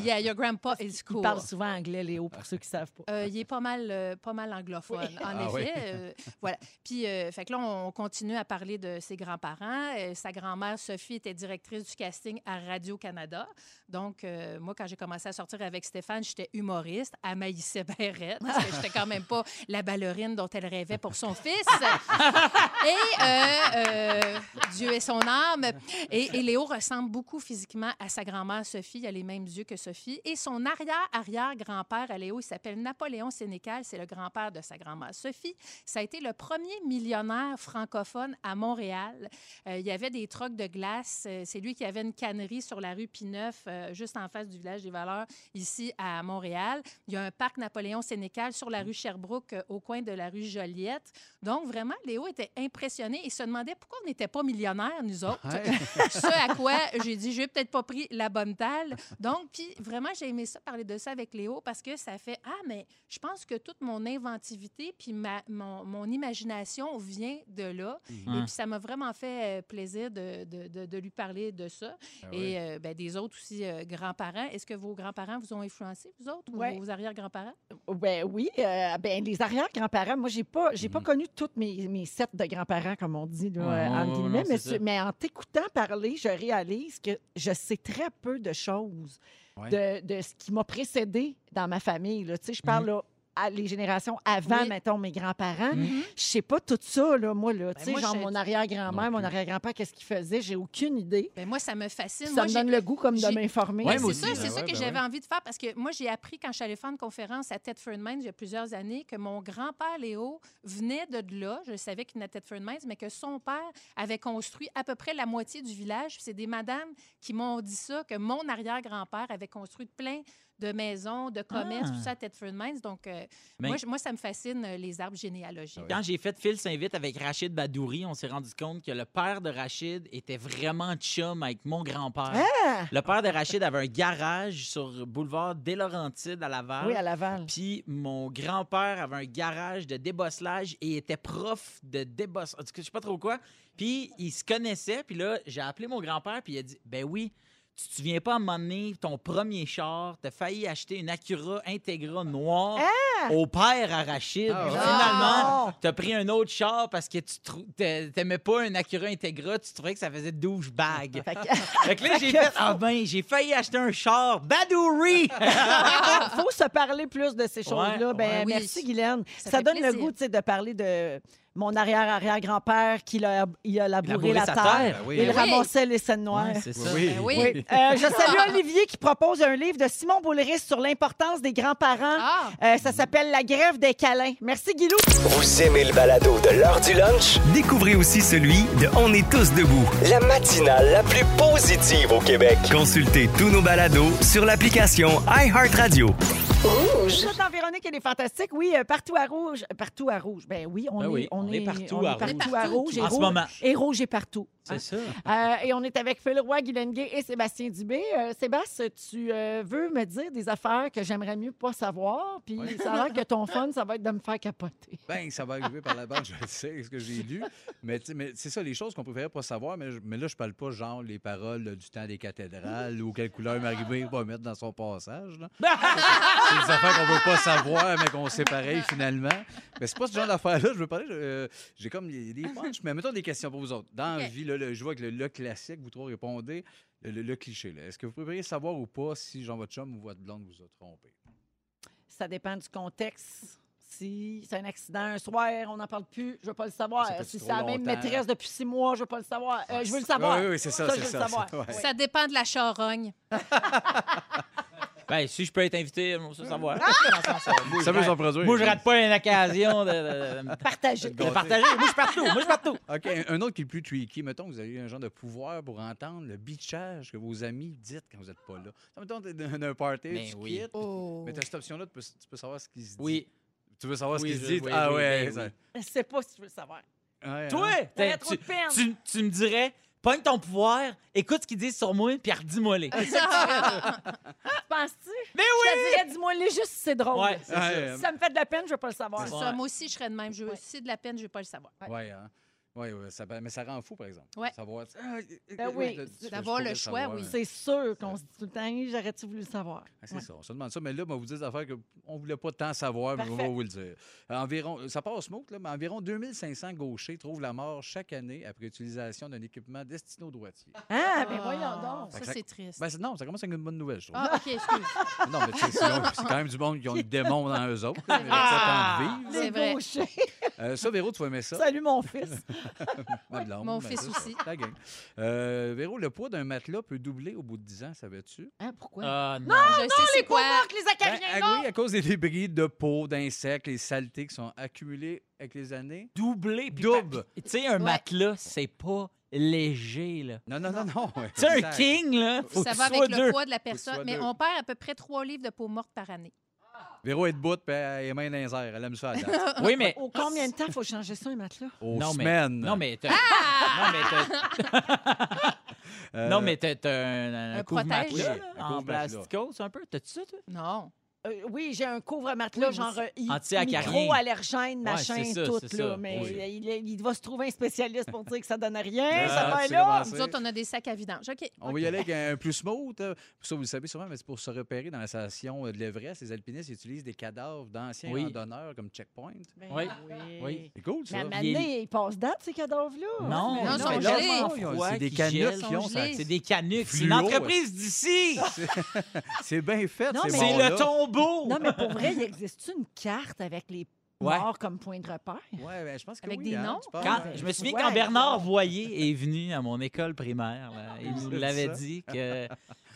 Yeah, your grandpa is
Il
cool.
parle souvent anglais, Léo, pour ceux qui savent pas.
Euh, il est pas mal, euh, pas mal anglophone, en
Ah oui.
effet. euh, voilà. Puis, euh, fait que là, on continue à parler de ses grands-parents. Euh, sa grand-mère, Sophie, était directrice du casting à Radio-Canada. Donc, euh, moi, quand j'ai commencé à sortir avec Stéphane, j'étais humoriste. Elle maïssait bien raide, parce que j'étais quand même pas la ballerine dont elle rêvait pour son fils. Et euh, euh, Dieu et son âme. Et, et Léo ressemble beaucoup physiquement à sa grand-mère Sophie. Il a les mêmes yeux que Sophie. Et son arrière-arrière-grand-père à Léo, il s'appelle Napoléon Sénécal. C'est le grand-père de sa grand-mère Sophie. Ça a été le premier millionnaire francophone à Montréal. Euh, il y avait des trocs de glace. Euh, c'est lui qui avait une cannerie sur la rue Pineuf, euh, juste en face du village des Valeurs, ici à Montréal. Il y a un parc Napoléon Sénécal sur la rue Sherbrooke, euh, au coin de la rue Joliette. Donc, vraiment, Léo était impressionné et se demandait pourquoi on n'était pas millionnaires, nous autres.
Ah
Ce à quoi j'ai dit, j'ai peut-être pas pris la bonne talle. Donc, puis vraiment, j'ai aimé ça, parler de ça avec Léo, parce que ça fait, ah, mais je pense que toute mon inventivité, puis ma- mon, mon imagination vient de là. Et puis, ça m'a vraiment fait euh, plaisir de, de- de- de lui parler de ça.
Ah
et
oui.
euh, ben, des autres aussi, euh, grands-parents. Est-ce que vos grands-parents vous ont influencé, vous autres,
Ouais.
ou vos arrière-grands-parents?
Ben oui, euh, ben les arrière-grands-parents, moi, j'ai pas, j'ai pas connu toutes mes, mes sets de grands-parents, comme on dit, là,
Mm. Ouais, ouais,
euh, entre
ouais,
guillemets,
non, c'est
mais, ce-
ça.
mais en t'écoutant parler, je réalise que je sais très peu de choses
Ouais.
de, de ce qui m'a précédé dans ma famille. là. Tu sais, je parle
Mm-hmm.
là, à les générations avant,
Oui.
mettons, mes grands-parents.
Mhm.
Je sais pas tout ça, là, moi, là.
Ben,
tu sais,
moi,
genre
je-
mon arrière-grand-mère,
Non
mon
plus.
arrière-grand-père, qu'est-ce qu'il faisait? J'ai aucune idée.
Ben, moi, ça me fascine.
Ça
Moi,
me
j'ai-
donne le goût comme de
j'ai-
m'informer.
Ouais,
Ben,
moi
c'est
aussi,
ça,
ben
c'est ça
ouais,
que
ben
j'avais
ouais.
envie de faire parce que moi, j'ai appris quand je suis allée faire une conférence à Ted Fernmans il y a plusieurs années que mon grand-père Léo venait de là. Je savais qu'il venait de Ted Fernmans, mais que son père avait construit à peu près la moitié du village. Puis C'est des madames qui m'ont dit ça, que mon arrière-grand-père avait construit plein de maisons, de commerces,
Ah.
tout ça à Ted Fernmans. Donc, euh,
Mais-
moi, je- moi, ça me fascine, euh, les arbres généalogiques.
Ah
Quand j'ai fait Phil s'invite avec Rachid Badouri, on s'est rendu compte que le père de Rachid était vraiment chum avec mon grand-père.
Ah!
Le père de Rachid avait un garage sur boulevard Des Laurentides à Laval.
Oui, à Laval.
Puis mon grand-père avait un garage de débosselage et était prof de débossage. Je sais pas trop quoi. Puis il se connaissait. Puis là, j'ai appelé mon grand-père. Puis il a dit Ben oui, tu te souviens pas à un moment donné, ton premier char, t'as failli acheter une Acura Integra noire au père à Rachid.
Ah
Puis
ouais.
Finalement,
Non.
t'as pris un autre char parce que tu trou- t'a- t'aimais pas un Acura Integra. Tu trouvais que ça faisait douche bague.
Fait que-
fait que là, j'ai fait Ah ben, j'ai failli acheter un char. Badouri
faut faut se parler plus de ces choses-là.
Ouais,
ben,
ouais.
Oui.
Merci, Guylaine. Ça,
Ça fait
donne le
plaisir.
goût tu sais, de parler de mon arrière-arrière-grand-père qui l'a- il a labouré la
sa
terre.
terre.
Ben oui,
Il
oui.
ramassait les scènes noires.
Ouais, c'est ça.
Oui,
Ben
oui.
oui.
Oui. Euh, je salue Olivier qui propose un livre de Simon Boulris sur l'importance des grands-parents.
Ah!
Euh, ça s'appelle La grève des câlins. Merci, Guilou.
Vous aimez le balado de l'heure du lunch?
Découvrez aussi celui de On est tous debout.
La matinale la plus positive au Québec.
Consultez tous nos balados sur l'application iHeartRadio.
Vous êtes dans Véronique, elle est fantastique. Oui, euh, partout à rouge. Euh, Partout à rouge. Ben oui, on,
Ben
est,
oui, on est partout à rouge.
partout à rouge. Et
En ce
rouge-
moment.
Et rouge est partout.
C'est ça.
Euh, et on est avec Phil Roy, Guylaine Gay et Sébastien Dubé. Euh, Sébastien, tu euh, veux me dire des affaires que j'aimerais mieux pas savoir, puis
Ouais.
ça a l'air que ton fun, ça va être de me faire capoter.
Ben, ça va arriver par la bande, je le sais, ce que j'ai lu. Mais, tu sais, mais c'est ça, les choses qu'on préférait pas savoir, mais, je- mais là, je parle pas genre les paroles là, du temps des cathédrales ou quelle couleur Marie-Bé va mettre dans son passage. là. c'est des affaires qu'on veut pas savoir, mais qu'on sait pareil finalement. Mais c'est pas ce genre d'affaires-là, je veux parler. euh, J'ai comme des, des punchs, mais mettons des questions pour vous autres. Dans la vie, là, le- je vois que le, le classique, vous trois répondez, le, le- le cliché. là. Est-ce que vous préférez savoir ou pas si genre votre chum ou votre blonde vous a trompé?
Ça dépend du contexte. Si c'est un accident un soir, on n'en parle plus, je veux pas le savoir.
Ça fait
Si
trop
c'est la même
longtemps.
maîtresse depuis six mois, je veux pas le savoir. Euh, je veux le savoir.
Oui, oui, c'est ça,
Ça,
c'est
je veux
ça.
le savoir.
c'est- ouais.
Ça dépend de la charogne.
Ben, si je peux être invité, on va savoir.
Ça veut s'en produire.
Moi, je rate pas une occasion de, de- de-
Partager.
de partager. Moi, je partout. Moi, je partout.
OK, un- un autre qui est plus tricky. Mettons, vous avez eu un genre de pouvoir pour entendre le bitchage que vos amis dites quand vous n'êtes pas là. Ça, Mettons, t'es dans un party,
Ben
tu
oui.
quittes. puis-
Oh.
Mais t'as cette option-là, tu peux, tu peux savoir ce qu'ils se disent.
Oui.
Tu veux savoir
Oui,
ce qu'ils
je-
se disent?
oui,
ah
oui,
ouais.
ben
ça-
oui.
Je sais pas si tu veux le savoir.
ouais,
Euh, Toi,
hein?
T'aurais
t'as-
trop
tu,
de peine.
tu- tu me dirais, pogne ton pouvoir, écoute ce qu'ils disent sur moi, puis redis-moi
Euh,
les.
Ah, Penses-tu?
Mais
Je te dirais, dis-moi, les juste si c'est drôle.
Ouais, c'est
Ouais,
Si ça me fait de la peine, je veux pas le savoir.
C'est
Ça,
Ouais.
moi aussi, je serais de même. Je, Si de la peine, je vais pas le savoir.
euh, ouais, hein. Ouais, ouais, ça, ben, mais ça rend fou, par exemple.
Ouais.
Savoir. Ah,
Ben oui,
je- je
d'avoir
pourrais
le choix,
savoir.
oui.
C'est sûr qu'on se dit tout le temps, Hey, j'aurais-tu voulu le savoir?
Ah, c'est ça, on se demande ça. Mais là, moi, vous dites des affaires qu'on ne voulait pas tant savoir, mais on va
Parfait.
vous le dire. Environ, euh, ça passe smooth, là, mais environ 2500 gauchers trouvent la mort chaque année après utilisation d'un équipement destiné aux droitiers.
Ah, ben
Ah,
voyons donc.
Fait que
Ça, c'est triste.
Ben, c'est- non, ça commence avec une bonne nouvelle, je trouve.
Ah, OK, excuse.
Non, mais tu sais, c'est c'est quand même du monde qui ont le démon dans eux autres. là, mais ils acceptent de vivre.
Ah. C'est vrai.
gauchers.
Euh, ça, Véro, tu vas aimer ça.
Salut mon fils.
Ma blonde,
mon
ben
fils
ça,
aussi.
La gang. Euh, Véro, le poids d'un matelas peut doubler au bout de 10 ans, savais-tu?
Hein, pourquoi?
Ah, non.
je sais c'est
Quoi?
quoi.
les acariens,
Ben, ah oui, à cause des débris de peau, d'insectes, les saletés qui sont accumulées avec les années.
Doublé. puis
Double.
pa- puis, Tu sais, un
Ouais.
matelas, c'est pas léger, là.
Non, non, non, non.
Tu sais, un
exact.
king, là, faut
ça
que
va
ce soit
avec le
deux.
poids de la
soit
personne, mais
deux.
on perd à peu près 3 livres de peau morte par année.
Véro est debout, puis elle est main dans les airs. Elle aime ça à date.
Oui, mais...
Au combien de temps faut changer ça, un matelas?
Aux
non, mais,
semaines.
Non, mais t'as... Non, mais t'as-
Euh,
non, mais t'as- t'as un, un,
Un
couvre-matelas
protège.
là,
Un
en
couvre-matelas.
plasticose un peu. T'as-tu ça, toi?
Non.
Euh, oui, j'ai un couvre-matelas,
Oui,
genre euh, i-
Anti-acarien.
micro-allergène,
Ouais,
machin,
c'est ça,
tout,
c'est
là.
ça.
Mais
Oui.
euh, il, est- il va se trouver un spécialiste pour dire que ça donne rien,
Eh,
Ah,
ça va
tu
là.
commences.
Nous autres, on a des sacs à vidange. OK.
On va y aller avec un un plus smooth. euh, Ça, vous le savez souvent, mais c'est pour se repérer dans la station euh, de l'Everest. Les alpinistes utilisent des cadavres d'anciens
Oui.
randonneurs comme checkpoint.
Oui.
Ah Oui.
Oui.
C'est cool,
La
ça.
Ben, ma- Il
manée, il passe date, ces cadavres-là.
Non,
non,
Mais
ils
mais
sont
là,
gelés.
on
Ils ont-
voit
c'est des
qu'ils
canucks
gèlent,
qui ont
sont
ça.
gelés. C'est des canucks. C'est
Fluo,
une entreprise d'ici.
C'est bien fait.
Non,
ces
mais-
C'est
morts-là.
le tombeau.
Non, mais pour vrai, il existe une carte avec les
Ouais.
morts comme point de repère?
Ouais, ben, je pense que
Avec
oui,
des
hein,
noms?
tu parles,
Quand-
ouais.
je me souviens
Ouais.
quand Bernard Voyer est venu à mon école primaire,
Ah,
là, il nous
C'est
l'avait
ça.
dit que.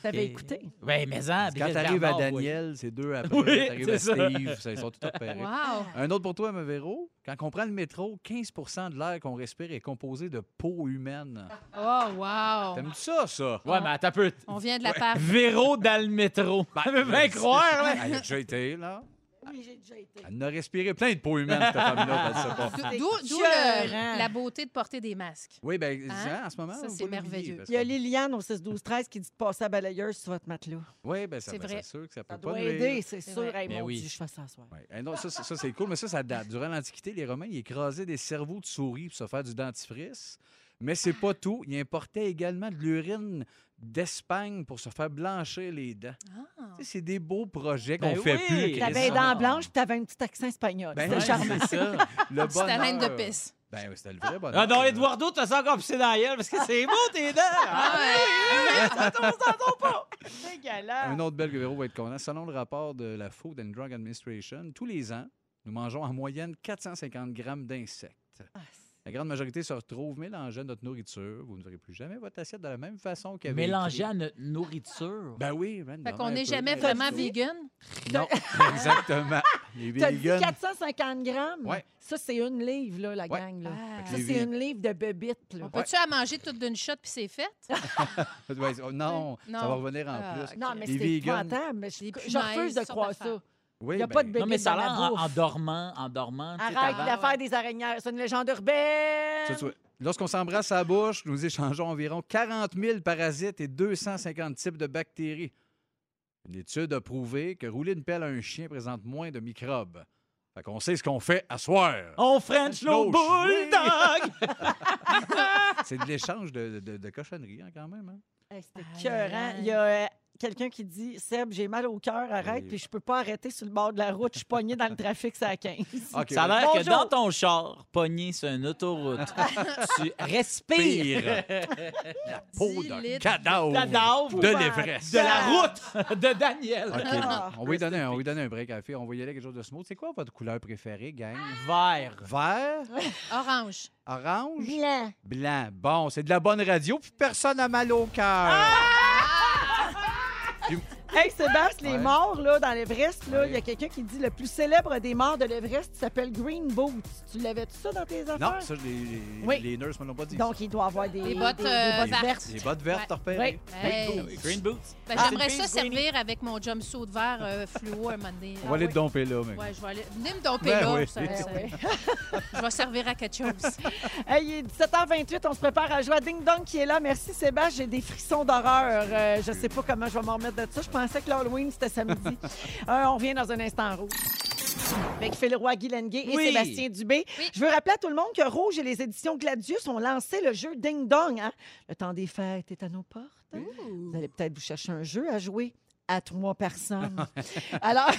T'avais
Et-
écouté?
Oui, mais en,
Quand
Bill
t'arrives à
Bernard Voyer.
Daniel, c'est deux après.
Oui,
t'arrives
c'est
à
ça.
Steve, ça, ils sont tous repérés.
Wow.
Un autre pour toi, M. Véro. Quand on prend le métro, 15 de l'air qu'on respire est composé de peau humaine.
Ah.
Oh, wow.
T'aimes-tu ça, ça?
Ouais, mais attends peu.
On vient de la part.
Véro dans le métro.
Ben,
Ça veut bien croire, là.
Elle a déjà été, là.
Oui, j'ai déjà
Ah,
été.
Elle en a respiré plein de peau humaine, cette femme-là, elle le sait pas.
D'où
Ah, C'est
d'où
écœurant.
le- la beauté de porter des masques.
Oui, bien,
Hein?
en ce moment,
Ça,
vous
c'est
l'oubliez,
merveilleux.
parce
Il y a
que-
Liliane au 6-12-13 qui dit de passer à balayeuse sur votre matelas.
Oui, bien, ça,
C'est
ben,
vrai.
c'est sûr que ça peut
Ça
pas
doit
nuire.
aider, c'est
C'est
sûr.
vrai.
Hey,
Mais
mon
oui.
Dieu, je fais ça ce soir.
Ouais. Eh non, ça, ça, ça, c'est cool, mais ça, ça date. Durant l'Antiquité, les Romains, ils écrasaient des cerveaux de souris pour se faire du dentifrice. Mais c'est pas tout. Ils importaient également de l'urine d'Espagne pour se faire blanchir les dents.
Ah.
Tu sais, c'est des beaux projets qu'on
Ben
fait
oui!
plus. Chris.
T'avais les dents blanches puis t'avais un petit accent espagnol.
Ben
C'était
oui,
charmant.
c'est ça. Le
Petite haleine de
bonheur.
pisse.
Ben oui, c'était le vrai bonheur.
Ah non, Eduardo, t'as ça encore pissé dans la gueule parce que c'est beau tes dents.
Ah,
Ah,
C'est galère.
Un autre bel que Véro va être content. Selon le rapport de la Food and Drug Administration, tous les ans, nous mangeons en moyenne 450 grammes d'insectes. La grande majorité se retrouve mélangée à notre nourriture. Vous ne verrez plus jamais votre assiette de la même façon qu'avait
Mélangé
écrit.
à notre nourriture.
Ben oui, man,
Fait
non,
qu'on
un
n'est
peu.
jamais
Ben,
vraiment
ça-
vegan.
Non, exactement. Les
T'as dit
vegans.
450 grammes?
Ouais.
Ça, c'est une livre, là, la
Ouais.
gang. Là.
Ah.
Fait
Ça,
que les
c'est une livre de bébites. là.
On peut-tu à manger toute d'une shot puis c'est fait?
Ouais, oh, non, ça va
Non.
revenir en
Ah,
plus.
ok.
Non, mais
Les
c'est
vegans.
épouvantable. mais Je,
Les
je refuse
punaises,
de
sortes
croire
d'affaires.
ça. Il n'y a
ben,
pas de bébites
Non, mais ça a
Ben, dans
l'air
la
en,
bouffe. Ah.
en dormant, en dormant. tu sais,
Arrête
t'avales.
l'affaire des araignées. C'est une légende urbaine.
Ça, tu vois, Lorsqu'on s'embrasse à la bouche, nous échangeons environ 40 000 parasites et 250 types de bactéries. Une étude a prouvé que rouler une pelle à un chien présente moins de microbes. Fait qu'on sait ce qu'on fait à soir.
On French
Nos
nos bulldogs. Ah!
C'est de l'échange de, de- de cochonneries, hein, quand même. hein.
Hey, C'était
Aïe,
écœurant.
aïe,
Il y a euh, quelqu'un qui dit Seb, j'ai mal au cœur, arrête,
Oui.
puis je peux pas arrêter sur le bord de la route, je suis pogné dans le trafic, c'est à 15.
Ok,
Ça a
ouais.
l'air que
Bonjour.
dans ton char, pogné sur une autoroute, tu
Ah.
respires
Peau d'un
Dix litres.
cadavre
la daube
de l'Everest.
de la route de Daniel.
OK,
Ah.
on, va lui donner, un- on va lui donner un break à la fille. On va y aller avec quelque chose de smooth. C'est quoi votre couleur préférée, gang?
Ah! Vert.
Vert,
Orange.
orange, blanc. Blanc. Bon, c'est de la bonne radio, puis personne n'a mal au cœur.
Ah! hey, Sébastien, les
Ouais.
morts là, dans l'Everest, là, il y a
Ouais.
quelqu'un qui dit le plus célèbre des morts de l'Everest s'appelle Green Boots. Tu l'avais-tu ça dans tes affaires?
Non, ça, les,
Oui.
les nurses me l'ont pas dit.
Donc, il doit avoir des,
Les bottes,
des- des
euh,
bottes
vertes.
vertes.
les bottes vertes,
Ouais.
t'as repéré?
Hey.
Green boots.
Ben,
Ah,
J'aimerais
c'est
ça
Peace Greenie.
servir avec mon jumpsuit vert euh, fluo un moment
Ah
donné. Ah,
On va aller te
ouais.
domper là, mec.
Ouais, je vais aller. Venez me domper
Ben
là.
oui.
ça-
Ben
ça-
oui.
je vais servir à quelque chose.
Hey, il est 17h28, on se prépare à jouer à Ding Dong qui est là. Merci Sébastien, j'ai des frissons d'horreur. Euh, je sais pas comment je vais m'en remettre de ça. Je pensais que l'Halloween, c'était samedi. Euh, on revient dans un instant rouge. Avec Phil Roy, Guy Lenguet et
Oui.
Sébastien Dubé.
Oui.
Je veux rappeler à tout le monde que Rouge et les éditions Gladius ont lancé le jeu Ding Dong. hein. Le temps des fêtes est à nos portes. hein. Vous allez peut-être vous chercher un jeu à jouer à trois personnes. Alors,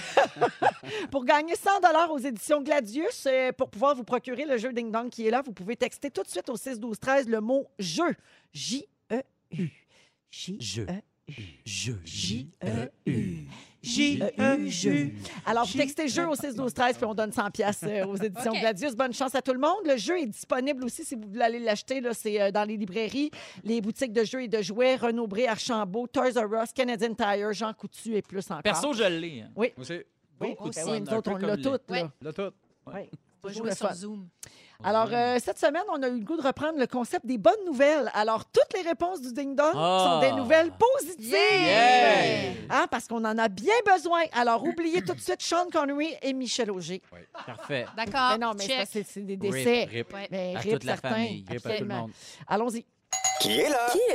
pour gagner 100 aux éditions Gladius, euh, pour pouvoir vous procurer le jeu Ding Dong qui est là, vous pouvez texter tout de suite au 6 12 13 le mot jeu. J E U. J E U.
Je.
J E U. J-E-U. Alors, vous textez jeu au 6 12 13 puis on donne 100 pièces aux éditions
OK.
Gladius. Bonne chance à tout le monde. Le jeu est disponible aussi si vous voulez aller l'acheter. là, C'est euh, dans les librairies, les boutiques de jeux et de jouets, Renaud Bré, Archambault, Toys R Us, Canadian Tire, Jean Coutu et plus encore.
Perso, je l'ai. hein.
Aussi,
Ah. oui,
beaucoup de
aussi,
fun,
nous
un
autres,
peu
on l'a
comme les-
toutes. là.
Ouais.
là, tout.
Ouais.
On va
Toujours
jouer
le fun.
sur Zoom.
Alors, euh, cette semaine, on a eu le goût de reprendre le concept des bonnes nouvelles. Alors, toutes les réponses du Ding Dong
Ah.
sont des nouvelles positives.
Yeah! Yeah!
Hein, parce qu'on en a bien besoin. Alors, oubliez tout de suite Sean Connery et Michel Auger.
Parfait.
D'accord.
mais Ben non, mais c'est
Ah, check.
parce que c'est des
Rip,
décès.
rip.
Ouais.
Mais
À
rip
toute la
certains.
famille.
Rip à tout le
Absolument.
monde.
Allons-y.
Qui est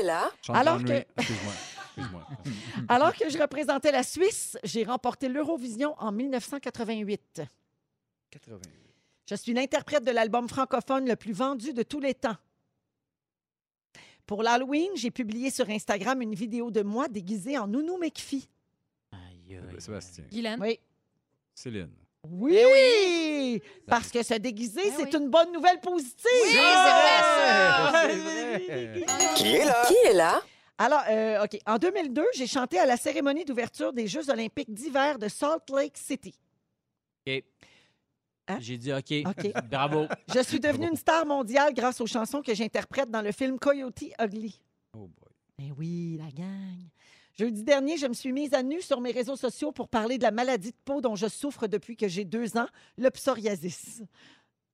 là?
Sean
Alors
Connery.
que-
Excuse-moi. Excuse-moi.
Alors que je représentais la Suisse, j'ai remporté l'Eurovision en 1988.
88.
Je suis l'interprète de l'album francophone le plus vendu de tous les temps. Pour l'Halloween, j'ai publié sur Instagram une vidéo de moi déguisée en Nounou McPhee.
Aïe,
Euh,
aïe,
Sébastien.
Guylaine.
Oui.
Céline.
Oui! Parce que se déguiser,
Ben
c'est
oui.
une bonne nouvelle positive! Ah!
Oui, c'est vrai, ça!
Ouais!
Qui est là?
Alors, euh, OK. En 2002, j'ai chanté à la cérémonie d'ouverture des Jeux olympiques d'hiver de Salt Lake City.
aïe. OK.
Hein?
J'ai dit OK.
OK.
Bravo.
Je suis devenue une star mondiale grâce aux chansons que j'interprète dans le film Coyote Ugly.
Oh boy.
Ben oui, la gang. Jeudi dernier, je me suis mise à nu sur mes réseaux sociaux pour parler de la maladie de peau dont je souffre depuis que j'ai deux ans, le psoriasis.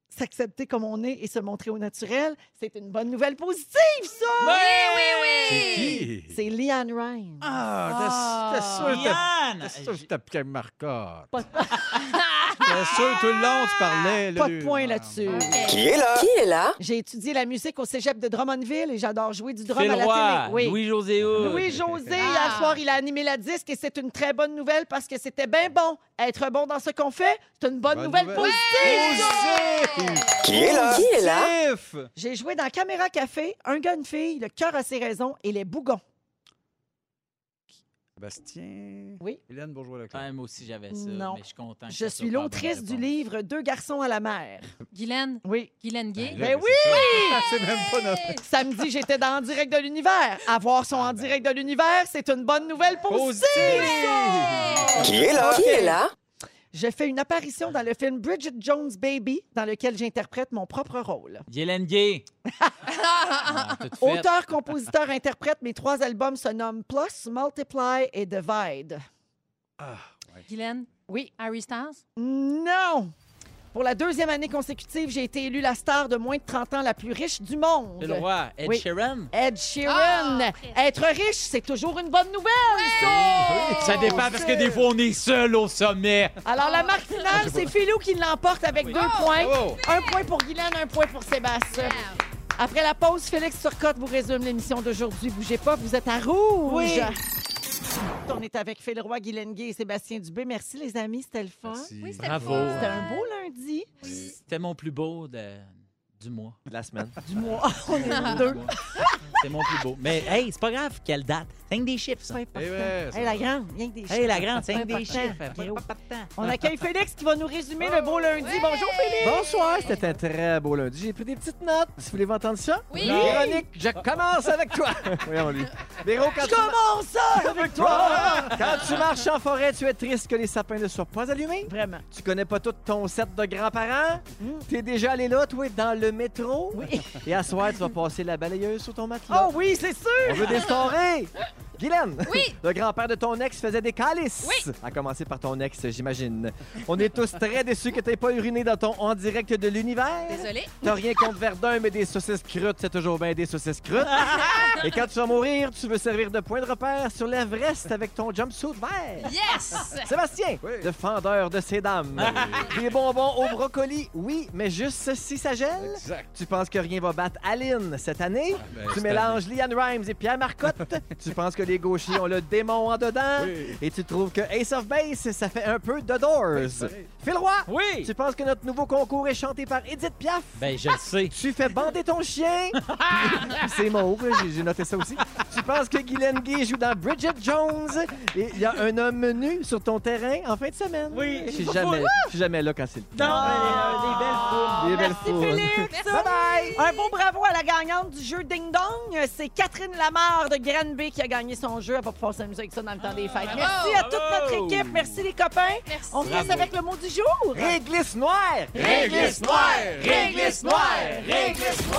S'accepter comme on est et se montrer au naturel, c'est une bonne nouvelle positive, ça!
Oui, oui, oui!
C'est Leanne Ryan.
Ah, t'es- t'es sûr que t'as-
Yann!
t'es sûr que t'as piqué Marcotte. T'es sûr tout le long tu parlais. là,
Pas de
du-
point là-dessus.
Ah,
OK.
Qui est là?
J'ai étudié la musique au cégep de Drummondville et j'adore jouer du drum
Phil
à la
Roy,
télé. Oui.
Louis-José Hood.
Louis-José,
Ah.
hier soir, il a animé la disque et c'est une très bonne nouvelle parce que c'était bien bon. Être bon dans ce qu'on fait, c'est une bonne,
Bonne
nouvelle,
nouvelle.
positive.
Positif!
Qui est là?
Positif!
J'ai joué dans Caméra Café, Un gars, une fille, Le cœur à ses raisons et Les bougons.
Bastien.
Oui.
Hélène bourgeois leclerc
Ah, moi aussi, j'avais ça.
Non.
Mais je suis content. que
Je
ça
suis
soit pas
l'autrice
bonne
du
réponse.
livre Deux garçons à la mer.
Guylaine.
Oui.
Guylaine Gay.
là,
Ben
mais c'est ça. C'est même pas notre.
Samedi, j'étais dans En direct de l'univers. Avoir son En direct de l'univers, c'est une bonne nouvelle positive.
Qui est là? Qui est là?
Je fais une apparition dans le film Bridget Jones Baby, dans lequel j'interprète mon propre rôle.
Guylaine Gay. Ah, toute faite.
Auteur, compositeur, interprète, mes trois albums se nomment Plus, Multiply et Divide.
Guylaine.
Oui.
Harry Styles.
Non! Pour la deuxième année consécutive, j'ai été élue la star de moins de 30 ans la plus riche du monde.
Phil Roy, Ed
Oui.
Sheeran.
Ed Sheeran.
Ah,
Être riche, c'est toujours une bonne nouvelle, ça!
Ça dépend parce que des fois, on est seul au sommet.
Alors, la marque finale, c'est Philou qui l'emporte avec deux points. Un point pour Guylaine, un point pour Sébastien. Après la pause, Félix Turcotte vous résume l'émission d'aujourd'hui. Bougez pas, vous êtes à rouge. On est avec Phil Roy, Guylaine Gay et Sébastien Dubé. Merci, les amis, c'était le fun.
Oui, c'était
Bravo.
le fun.
C'était un beau lundi
C'était mon plus beau de- du mois.
La semaine.
du mois. On est deux.
C'est mon plus beau. Mais hey, c'est pas grave, quelle date? 5 des chiffres, ça.
C'est important.
Eh ouais, ça
Hey, la
va.
grande, rien que des
Hey,
chiffres.
la grande, 5
Pas
des
important,
chiffres. Pas-
Pierrot.
pas- pas de temps.
On accueille Félix qui va nous résumer le beau lundi. Bonjour, Félix.
Bonsoir, c'était un très beau lundi. J'ai pris des petites notes. Vous voulez entendre ça?
Oui.
Véronique, je commence avec toi. Voyons, lui. Véro, quand tu...
Comment ça?
avec toi! Quand tu marches en forêt, tu es triste que les sapins ne soient pas allumés.
Vraiment.
Tu connais pas tout ton set de grands-parents. T'es déjà allé là, toi, dans le métro. Mm. Oui. Et à soir, tu vas passer la balayeuse sur ton matelas.
Oh oui, c'est sûr.
On veut des stories! Guylaine!
Oui.
Le grand-père de ton ex faisait des calices!
Oui.
À commencer par ton ex, j'imagine. On est tous très déçus que t'aies pas uriné dans ton en direct de l'univers.
Désolée.
T'as rien contre Verdun, mais des saucisses crottes, c'est toujours bien des saucisses crottes. Et quand tu vas mourir, tu veux servir de point de repère sur l'Everest avec ton jumpsuit vert.
Yes!
Sébastien,
Oui.
le fendeur de ces dames. Des bonbons au brocoli, oui, mais juste si ça gèle.
Exact.
Tu penses que rien va battre Aline cette année?
ben,
tu
cette
mélanges Liane Rhymes et Pierre Marcotte. tu penses que les gauchers ont le démon en dedans.
Oui.
Et tu trouves que Ace of Base, ça fait un peu The Doors.
pareil.
Phil Roy,
Oui!
tu penses que notre nouveau concours est chanté par Edith Piaf?
Ben, je le sais.
Tu fais bander ton chien. C'est mauve, j'ai- j'ai noté ça aussi. Tu penses que Guylaine Gay joue dans Bridget Jones. Et il y a un homme nu sur ton terrain en fin de semaine.
Oui.
Je suis jamais, je suis jamais là quand c'est le
Non,
temps.
mais, euh, des belles
Des
foules.
belles
Merci,
foules.
Félix. Bye-bye. Un beau bravo à la gagnante du jeu Ding Dong. C'est Catherine Lamarre de Granby qui a gagné son jeu. Elle va pouvoir s'amuser avec ça dans le temps des fêtes. Merci à toute notre équipe. Merci, les copains.
Merci.
On reste avec le mot du jour.
Réglisse noire!
Réglisse noire! Réglisse noire! Réglisse noire!